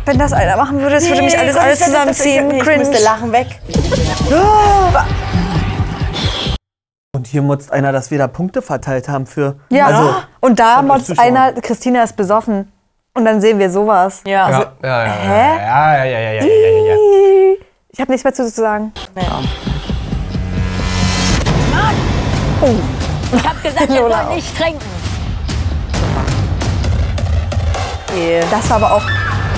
Speaker 2: Wenn das einer machen würde, das würde mich alles,
Speaker 7: Gott,
Speaker 2: alles
Speaker 7: ich hätte das-
Speaker 2: zusammenziehen.
Speaker 7: ich
Speaker 2: Cringe.
Speaker 7: müsste
Speaker 4: lachen weg.
Speaker 1: Und hier mutzt einer, dass wir da Punkte verteilt haben für.
Speaker 2: Ja, Ah.
Speaker 1: Also,
Speaker 2: und da
Speaker 1: Von euch
Speaker 2: motzt
Speaker 1: Zuschauern.
Speaker 2: einer, Christina ist besoffen. Und dann sehen wir sowas.
Speaker 4: Ja.
Speaker 2: Also,
Speaker 3: ja, ja, ja,
Speaker 2: Hä?
Speaker 3: ja, ja, ja, ja, ja, ja, ja.
Speaker 2: Ich habe nichts mehr zu zu sagen.
Speaker 19: Oh. Ich hab gesagt, ihr
Speaker 2: Lola
Speaker 19: sollt nicht trinken.
Speaker 2: Das war aber auch.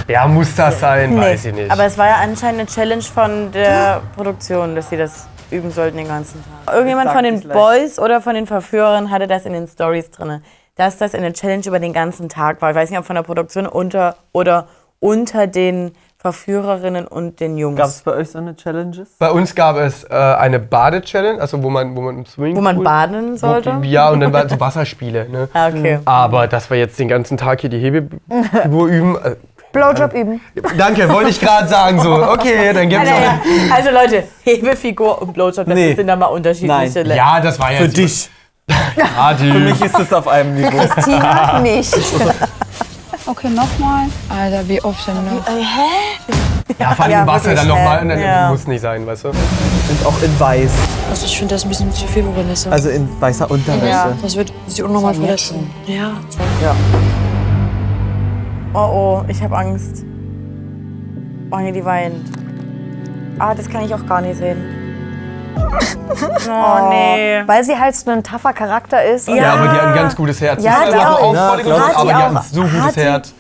Speaker 3: Ja, muss das sein?
Speaker 4: Nee.
Speaker 3: Weiß ich nicht.
Speaker 4: Aber es war ja anscheinend eine Challenge von der Produktion, dass sie das üben sollten den ganzen Tag. Irgendjemand
Speaker 19: Sag
Speaker 4: von den
Speaker 19: ich gleich.
Speaker 4: Boys oder von den Verführern hatte das in den Stories drin, dass das eine Challenge über den ganzen Tag war. Ich weiß nicht, ob von der Produktion unter oder unter den Verführerinnen und den Jungs.
Speaker 1: Gab es bei euch so eine Challenges?
Speaker 3: Bei uns gab es äh, eine Bade-Challenge, also wo man, wo man im Swimmingpool...
Speaker 4: Wo man baden sollte?
Speaker 3: Ja, und dann waren so Wasserspiele. Ne?
Speaker 4: Ah, okay.
Speaker 3: Aber dass wir jetzt den ganzen Tag hier die Hebefigur üben... Äh,
Speaker 2: Blowjob üben.
Speaker 3: danke, wollte ich gerade sagen so. Okay, dann gibt's
Speaker 4: Alter,
Speaker 3: noch...
Speaker 4: ja. Also Leute, Hebefigur und Blowjob, das
Speaker 3: Nee.
Speaker 4: sind dann mal unterschiedliche Le-
Speaker 3: Ja, das war jetzt... Für dich. Für
Speaker 1: mich ist es auf einem Niveau.
Speaker 14: Christina nicht.
Speaker 17: Okay, nochmal. Alter, wie oft denn noch? hä?
Speaker 3: Ja, vor allem
Speaker 17: Ja,
Speaker 3: im Wasser
Speaker 17: wirklich,
Speaker 3: dann nochmal.
Speaker 17: ne?
Speaker 3: ne,
Speaker 17: Ja.
Speaker 3: Muss nicht sein, weißt du?
Speaker 1: Und auch in weiß.
Speaker 9: Also ich finde das ein bisschen zu viel, Vanessa.
Speaker 1: Also in weißer Unterwäsche.
Speaker 9: ja.
Speaker 7: Also-
Speaker 9: Das wird sie unnormal verletzen.
Speaker 4: Ja. Oh oh, ich habe Angst. Oh nee, die weint. Ah, das kann ich auch gar nicht sehen. Oh nee.
Speaker 2: Weil sie halt so ein taffer Charakter ist.
Speaker 3: Ja. aber die hat ein ganz gutes Herz.
Speaker 4: Ja,
Speaker 3: Das
Speaker 4: die
Speaker 3: ist einfach
Speaker 4: auch.
Speaker 3: voll
Speaker 4: Ja,
Speaker 3: gelogen,
Speaker 4: klar.
Speaker 3: aber die
Speaker 4: Hat die
Speaker 3: hat ein
Speaker 4: auch.
Speaker 3: so
Speaker 4: Hat
Speaker 3: gutes
Speaker 4: die-
Speaker 3: Herz.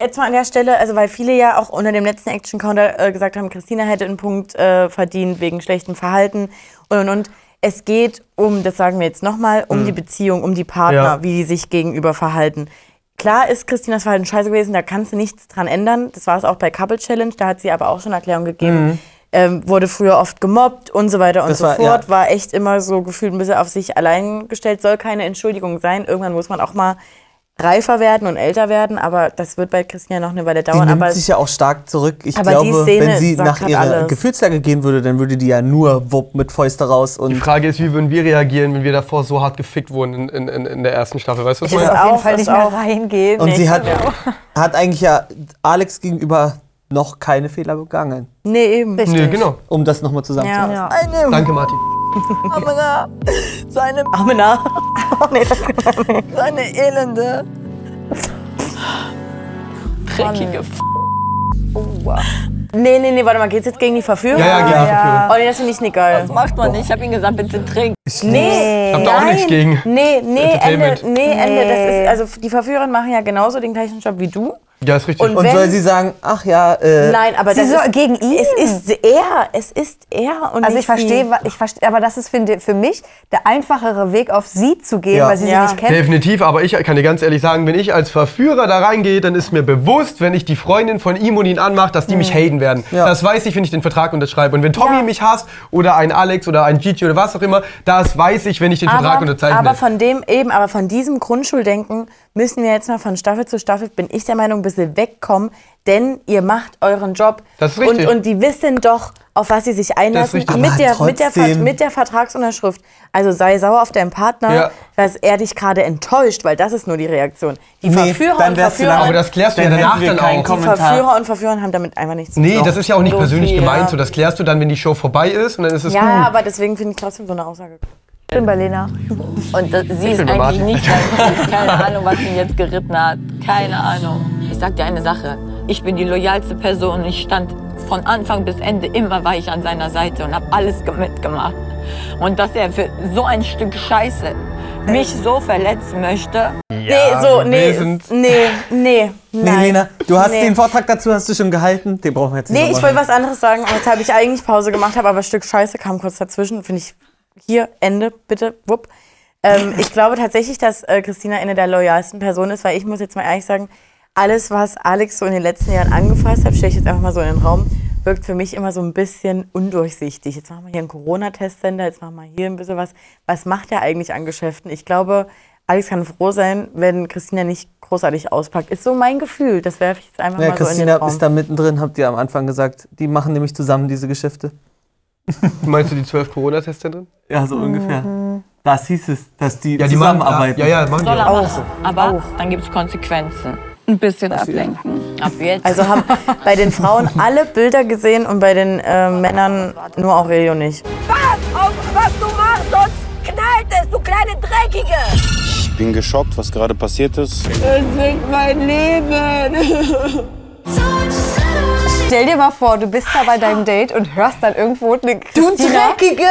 Speaker 4: Jetzt mal an der Stelle, also weil viele ja auch unter dem letzten Action-Counter äh, gesagt haben, Christina hätte einen Punkt äh, verdient wegen schlechtem Verhalten und und und. Es geht um, das sagen wir jetzt nochmal, um
Speaker 1: Hm.
Speaker 19: Mhm.
Speaker 4: die Beziehung, um die Partner,
Speaker 19: Ja.
Speaker 4: wie die sich gegenüber verhalten. Klar ist Christinas Verhalten scheiße gewesen, da kannst du nichts dran ändern. Das war es auch bei Couple Challenge, da hat sie aber auch schon Erklärung gegeben.
Speaker 1: Mhm.
Speaker 4: Ähm, wurde früher oft gemobbt und so weiter und
Speaker 1: Das
Speaker 4: so
Speaker 1: war-
Speaker 4: fort.
Speaker 1: ja.
Speaker 4: War echt immer so gefühlt ein bisschen auf sich allein gestellt. Soll keine Entschuldigung sein. Irgendwann muss man auch mal reifer werden und älter werden, aber das wird bei Christina noch eine Weile
Speaker 1: Die
Speaker 4: dauern.
Speaker 1: nimmt
Speaker 4: aber
Speaker 1: sich ja auch stark zurück. Ich
Speaker 4: Aber die
Speaker 1: glaube,
Speaker 4: Szene
Speaker 1: wenn sie
Speaker 4: sagt
Speaker 1: nach
Speaker 4: halt
Speaker 1: ihrer
Speaker 4: alles.
Speaker 1: Gefühlslage gehen würde, dann würde die ja nur wupp mit Fäuste raus und.
Speaker 3: Die Frage ist, wie würden wir reagieren, wenn wir davor so hart gefickt wurden in, in, in der ersten Staffel, weißt du? was
Speaker 2: Ich will
Speaker 3: meine?
Speaker 2: auf jeden Fall nicht mehr reingehen.
Speaker 1: und
Speaker 2: Nee,
Speaker 1: sie hat,
Speaker 2: genau.
Speaker 1: hat eigentlich ja Alex gegenüber noch keine Fehler begangen.
Speaker 4: Nee, eben.
Speaker 1: Richtig.
Speaker 3: Nee, genau.
Speaker 1: Um das nochmal zusammenzufassen.
Speaker 4: Ja.
Speaker 1: Eine-
Speaker 3: Danke, Martin.
Speaker 9: Amena, seine,
Speaker 4: Amena, oh, nee, das
Speaker 9: seine elende, dreckige F
Speaker 4: Oh, nee, nee, nee, warte mal, geht's jetzt gegen die Verführer?
Speaker 9: Ja, ja, gegen die Ja. Verführer.
Speaker 4: Oh nee, das finde ich nicht geil. Das macht man nicht, ich habe ihm gesagt, bitte trink. Nee,
Speaker 9: Ich hab da auch
Speaker 4: nein.
Speaker 9: nichts gegen.
Speaker 4: Nee, nee, Ende,
Speaker 3: Entertainment.
Speaker 4: nee, Ende. Das
Speaker 1: Nee.
Speaker 4: ist, also die Verführer machen ja genauso den gleichen Job wie du.
Speaker 3: Ja, ist richtig.
Speaker 4: Und
Speaker 1: Und
Speaker 4: wenn-
Speaker 1: soll sie sagen, ach ja, äh,
Speaker 4: Nein, aber
Speaker 1: sie
Speaker 4: das
Speaker 1: soll-
Speaker 4: ist gegen ihn. Es ist er, es ist er und
Speaker 2: Also
Speaker 4: nicht
Speaker 2: ich verstehe, wa- ich verstehe, aber das ist finde für mich der einfachere Weg, auf sie zu gehen, weil sie sie nicht kennt.
Speaker 3: Definitiv, aber ich kann dir ganz ehrlich sagen, wenn ich als Verführer da reingehe, dann ist mir bewusst, wenn ich die Freundin von ihm und ihn anmache, dass die
Speaker 4: Mhm.
Speaker 3: mich haten werden. Das weiß ich, wenn ich den Vertrag unterschreibe. Und wenn Tommy mich hasst oder ein Alex oder ein Gigi oder was auch immer, das weiß ich, wenn ich den Vertrag unterzeichne.
Speaker 4: aber von dem eben, aber von diesem Grundschuldenken müssen wir jetzt mal von Staffel zu Staffel, bin ich der Meinung, ein bisschen wegkommen, denn ihr macht euren Job.
Speaker 3: Das ist richtig.
Speaker 4: Und, und die wissen doch, auf was sie sich
Speaker 3: Das ist
Speaker 4: einlassen
Speaker 3: richtig.
Speaker 4: mit
Speaker 3: Aber
Speaker 4: der, mit, der Ver-
Speaker 3: trotzdem-
Speaker 4: mit der Vertragsunterschrift. Also sei sauer auf deinen Partner,
Speaker 3: Ja.
Speaker 4: dass er dich gerade enttäuscht, weil das ist nur die Reaktion. Die
Speaker 3: Nee,
Speaker 4: Verführer
Speaker 3: dann
Speaker 4: und
Speaker 3: wärst du
Speaker 4: Verführer.
Speaker 3: lange- Aber das klärst du ja Dann danach hätten wir dann keinen auch.
Speaker 4: Die
Speaker 3: Kommentar.
Speaker 4: Verführer und Verführer haben damit einfach nichts zu
Speaker 3: Nee,
Speaker 4: tun.
Speaker 3: das ist ja auch nicht
Speaker 4: So
Speaker 3: persönlich
Speaker 4: viel,
Speaker 3: gemeint.
Speaker 4: ja.
Speaker 3: So, das klärst du dann, wenn die Show vorbei ist und dann ist es
Speaker 4: ja,
Speaker 3: gut.
Speaker 4: aber deswegen finde ich trotzdem so eine Aussage.
Speaker 2: Ich bin bei Lena.
Speaker 13: Und das, sie
Speaker 3: Ich
Speaker 13: ist
Speaker 3: bin bei
Speaker 13: eigentlich
Speaker 3: Martin.
Speaker 13: nicht sein Keine Ahnung, was ihn jetzt geritten hat. Keine Ahnung. Ich sag dir eine Sache. Ich bin die loyalste Person und ich stand von Anfang bis Ende immer war ich an seiner Seite und habe alles ge- mitgemacht. Und dass er für so ein Stück Scheiße mich so verletzen möchte.
Speaker 4: nee, so, nee, nee, nee,
Speaker 1: Nee,
Speaker 4: nein.
Speaker 1: Lena, du hast
Speaker 4: Nee.
Speaker 1: den Vortrag dazu hast du schon gehalten, den brauchen wir jetzt nicht
Speaker 4: Nee, ich
Speaker 1: nochmal.
Speaker 4: wollte was anderes sagen, weshalb ich eigentlich Pause gemacht habe, aber ein Stück Scheiße kam kurz dazwischen. Finde ich hier, Ende, bitte, wupp. Ähm, ich glaube tatsächlich, dass äh, Christina eine der loyalsten Personen ist, weil ich muss jetzt mal ehrlich sagen, alles, was Alex so in den letzten Jahren angefasst hat, stelle ich jetzt einfach mal so in den Raum, wirkt für mich immer so ein bisschen undurchsichtig. Jetzt machen wir hier einen Corona-Testsender, jetzt machen wir hier ein bisschen was. Was macht er eigentlich an Geschäften? Ich glaube, Alex kann froh sein, wenn Christina nicht großartig auspackt. Ist so mein Gefühl. Das werfe ich jetzt einfach
Speaker 1: Ja,
Speaker 4: mal so in den
Speaker 1: Christina
Speaker 4: Raum.
Speaker 1: ist da mittendrin, habt ihr am Anfang gesagt. Die machen nämlich zusammen diese Geschäfte.
Speaker 3: Meinst du die zwölf Corona-Testzentren?
Speaker 1: Ja, so
Speaker 4: Mhm.
Speaker 1: ungefähr. Das hieß es, dass die
Speaker 3: Ja, die machen-
Speaker 1: zusammenarbeiten.
Speaker 3: ja, ja, ja, machen
Speaker 13: Soll er
Speaker 4: Oh.
Speaker 13: machen. Aber dann gibt es Konsequenzen.
Speaker 4: Ein bisschen
Speaker 13: ablenken. Ab jetzt.
Speaker 4: Also haben bei den Frauen alle Bilder gesehen und bei den äh, Männern nur Aurelio nicht.
Speaker 19: Was? Auf was du machst, sonst knallt es, du kleine Dreckige!
Speaker 5: Ich bin geschockt, was gerade passiert ist.
Speaker 19: Es wird mein Leben!
Speaker 2: Stell dir mal vor, du bist da bei deinem Date und hörst dann irgendwo eine Christina.
Speaker 1: Dreckige!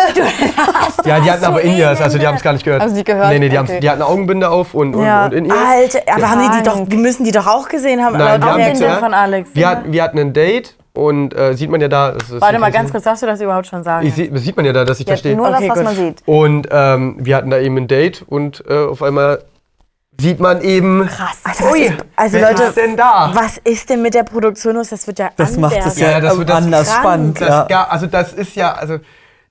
Speaker 3: Ja, die hatten aber In-Ears, also die haben es gar nicht gehört.
Speaker 4: Haben sie gehört?
Speaker 3: Nee, nee, die,
Speaker 4: Okay.
Speaker 3: haben, die hatten Augenbinde auf und, und, und In-Ears.
Speaker 4: Alter, aber haben die, die doch, die müssen die doch auch gesehen haben,
Speaker 3: Nein,
Speaker 4: aber
Speaker 3: die haben
Speaker 4: den
Speaker 3: die
Speaker 4: Film
Speaker 3: zuerst-
Speaker 4: von Alex.
Speaker 3: Wir, hatten, wir hatten ein Date und äh, sieht man ja da. Das ist-
Speaker 4: Warte mal, ganz kurz, darfst du das überhaupt schon sagen?
Speaker 3: Ich seh, das sieht man ja da, dass ich
Speaker 4: Ja,
Speaker 3: da stehe.
Speaker 4: nur das, Okay, was gut. man sieht.
Speaker 3: Und ähm, wir hatten da eben ein Date und äh, auf einmal sieht man eben. Krass.
Speaker 4: Alter, was ist, also
Speaker 3: wer
Speaker 4: Leute,
Speaker 3: ist denn da?
Speaker 4: was ist denn mit der Produktion los? Das wird ja
Speaker 3: Das macht
Speaker 4: anders.
Speaker 3: es ja, das wird das
Speaker 1: anders
Speaker 4: krank.
Speaker 1: spannend,
Speaker 3: Das,
Speaker 1: ja.
Speaker 3: ja. also das ist ja, also
Speaker 2: Ihr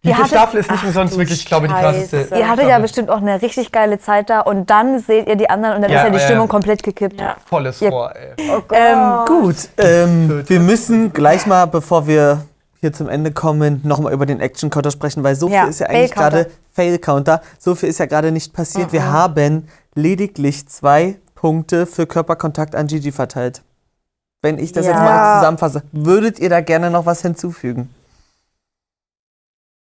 Speaker 3: diese
Speaker 2: hattet-
Speaker 3: Staffel ist nicht umsonst
Speaker 4: du
Speaker 3: wirklich, glaube ich, die
Speaker 4: Scheiße.
Speaker 3: krasseste.
Speaker 2: Ihr hattet ja bestimmt auch eine richtig geile Zeit da und dann seht ihr die anderen und dann
Speaker 3: Ja,
Speaker 2: ist ja die
Speaker 3: ja, ja.
Speaker 2: Stimmung komplett gekippt.
Speaker 3: volles Rohr, ey.
Speaker 1: Ähm, gut, ähm, wir müssen gleich mal, bevor wir hier zum Ende kommen, nochmal über den Action-Counter sprechen, weil so viel
Speaker 2: Ja,
Speaker 1: ist ja eigentlich
Speaker 2: Fail-Counter.
Speaker 1: gerade Fail-Counter. So viel ist ja gerade nicht passiert. Wir haben lediglich zwei Punkte für Körperkontakt an Gigi verteilt. Wenn ich das jetzt
Speaker 4: Ja.
Speaker 1: mal zusammenfasse, würdet ihr da gerne noch was hinzufügen?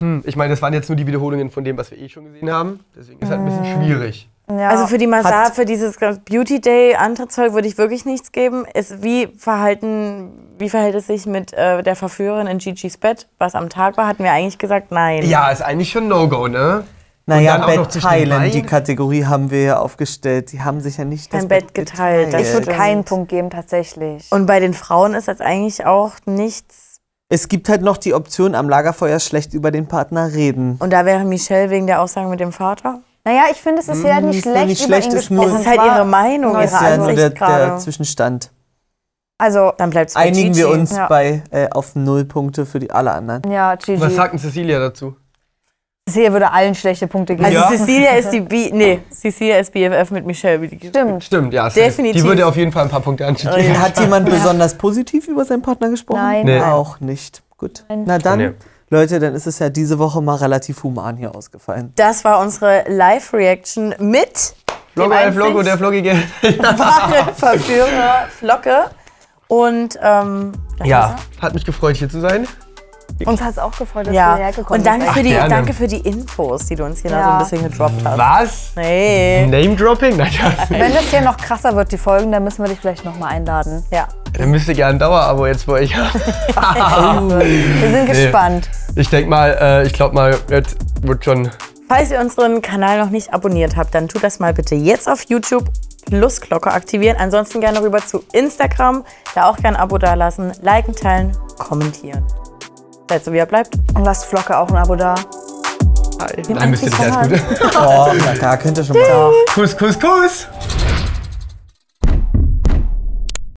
Speaker 3: Hm, ich meine, das waren jetzt nur die Wiederholungen von dem, was wir eh schon gesehen haben. Deswegen ist halt ein bisschen
Speaker 4: Mm.
Speaker 3: schwierig.
Speaker 4: Also für die Masar,
Speaker 3: Hat-
Speaker 4: für dieses Beauty Day Antrittszeug würde ich wirklich nichts geben. Ist wie verhalten, wie verhält es sich mit äh, der Verführerin in Gigi's Bett, was am Tag war, hatten wir eigentlich gesagt, nein.
Speaker 3: Ja, ist eigentlich schon No-Go, ne? Und
Speaker 1: Naja,
Speaker 3: dann auch noch
Speaker 1: Bett
Speaker 3: zwischen
Speaker 1: teilen,
Speaker 3: den
Speaker 1: die
Speaker 3: beiden?
Speaker 1: Kategorie haben wir ja aufgestellt. Die haben sich ja nicht
Speaker 4: Kein Bett geteilt.
Speaker 1: geteilt.
Speaker 4: Äh, das
Speaker 1: Ich würde
Speaker 4: stimmt.
Speaker 1: keinen
Speaker 2: Punkt geben tatsächlich.
Speaker 4: Und bei den Frauen ist das eigentlich auch nichts.
Speaker 1: Es gibt halt noch die Option, am Lagerfeuer schlecht über den Partner reden.
Speaker 4: Und da wäre Michelle wegen der Aussagen mit dem Vater.
Speaker 2: Naja, ich finde, es ist ja
Speaker 1: Hm,
Speaker 2: nicht
Speaker 1: ist ja
Speaker 2: schlecht,
Speaker 1: nicht
Speaker 2: über
Speaker 1: schlecht,
Speaker 2: ihn
Speaker 1: ist
Speaker 2: gesprochen.
Speaker 1: nur-
Speaker 4: Es ist halt ihre Meinung,
Speaker 1: Das
Speaker 4: ihre
Speaker 1: ist ja nur der,
Speaker 4: Ansicht
Speaker 1: der
Speaker 4: gerade.
Speaker 1: Zwischenstand.
Speaker 2: Also,
Speaker 4: dann bleibt's bei
Speaker 1: Einigen wir
Speaker 4: Gigi.
Speaker 1: uns
Speaker 4: Ja.
Speaker 1: bei äh, auf null Punkte für die alle anderen.
Speaker 2: Ja, Gigi.
Speaker 4: Mhm.
Speaker 3: Was sagt denn Cecilia dazu?
Speaker 2: Cecilia würde allen schlechte Punkte geben.
Speaker 4: Also Cecilia ist die B nee, Cecilia ist BFF mit Michelle. Stimmt.
Speaker 3: Stimmt, ja. safe.
Speaker 4: Definitiv. Oh
Speaker 3: Die würde auf jeden Fall ein paar Punkte anschieben.
Speaker 1: Hat jemand besonders positiv über seinen Partner gesprochen?
Speaker 2: Nein.
Speaker 3: Nee.
Speaker 1: Auch nicht. Gut.
Speaker 2: Nein.
Speaker 1: Na dann,
Speaker 3: Nee.
Speaker 1: Leute, dann ist es ja diese Woche mal relativ human hier ausgefallen.
Speaker 4: Das war unsere Live-Reaction mit
Speaker 3: Logo,
Speaker 4: dem
Speaker 3: Elf, Logo,
Speaker 4: einzig
Speaker 3: äh, der Floggige.
Speaker 4: wahren Verführer Flocke. Und ähm,
Speaker 3: Ja, hat mich gefreut, hier zu sein.
Speaker 2: Uns hat es auch gefreut, dass
Speaker 4: ja.
Speaker 2: du hergekommen
Speaker 4: Und danke
Speaker 2: bist.
Speaker 4: für, die,
Speaker 3: gerne.
Speaker 4: danke für die Infos, die du uns hier noch so
Speaker 2: Ja.
Speaker 4: ein bisschen gedroppt hast.
Speaker 3: Was?
Speaker 4: Nee.
Speaker 3: Name-Dropping? Nein,
Speaker 2: Wenn das hier noch krasser wird, die Folgen, dann müssen wir dich vielleicht nochmal einladen. Ja.
Speaker 3: Dann müsste ich ja ein Dauerabo jetzt bei euch haben. Ah.
Speaker 2: wir sind
Speaker 3: Nee.
Speaker 2: gespannt.
Speaker 3: Ich denke mal, äh, ich glaube mal, jetzt wird schon
Speaker 4: Falls ihr unseren Kanal noch nicht abonniert habt, dann tut das mal bitte jetzt auf YouTube plus Glocke aktivieren. Ansonsten gerne rüber zu Instagram, da auch gerne ein Abo dalassen, liken, teilen, kommentieren. Seid so wie ihr bleibt.
Speaker 2: Und lasst Flocke auch ein Abo da.
Speaker 3: Nein, müsst ihr nicht, alles gut.
Speaker 1: Oh, na klar, könnt ihr schon mal.
Speaker 3: Kuss, Kuss, Kuss!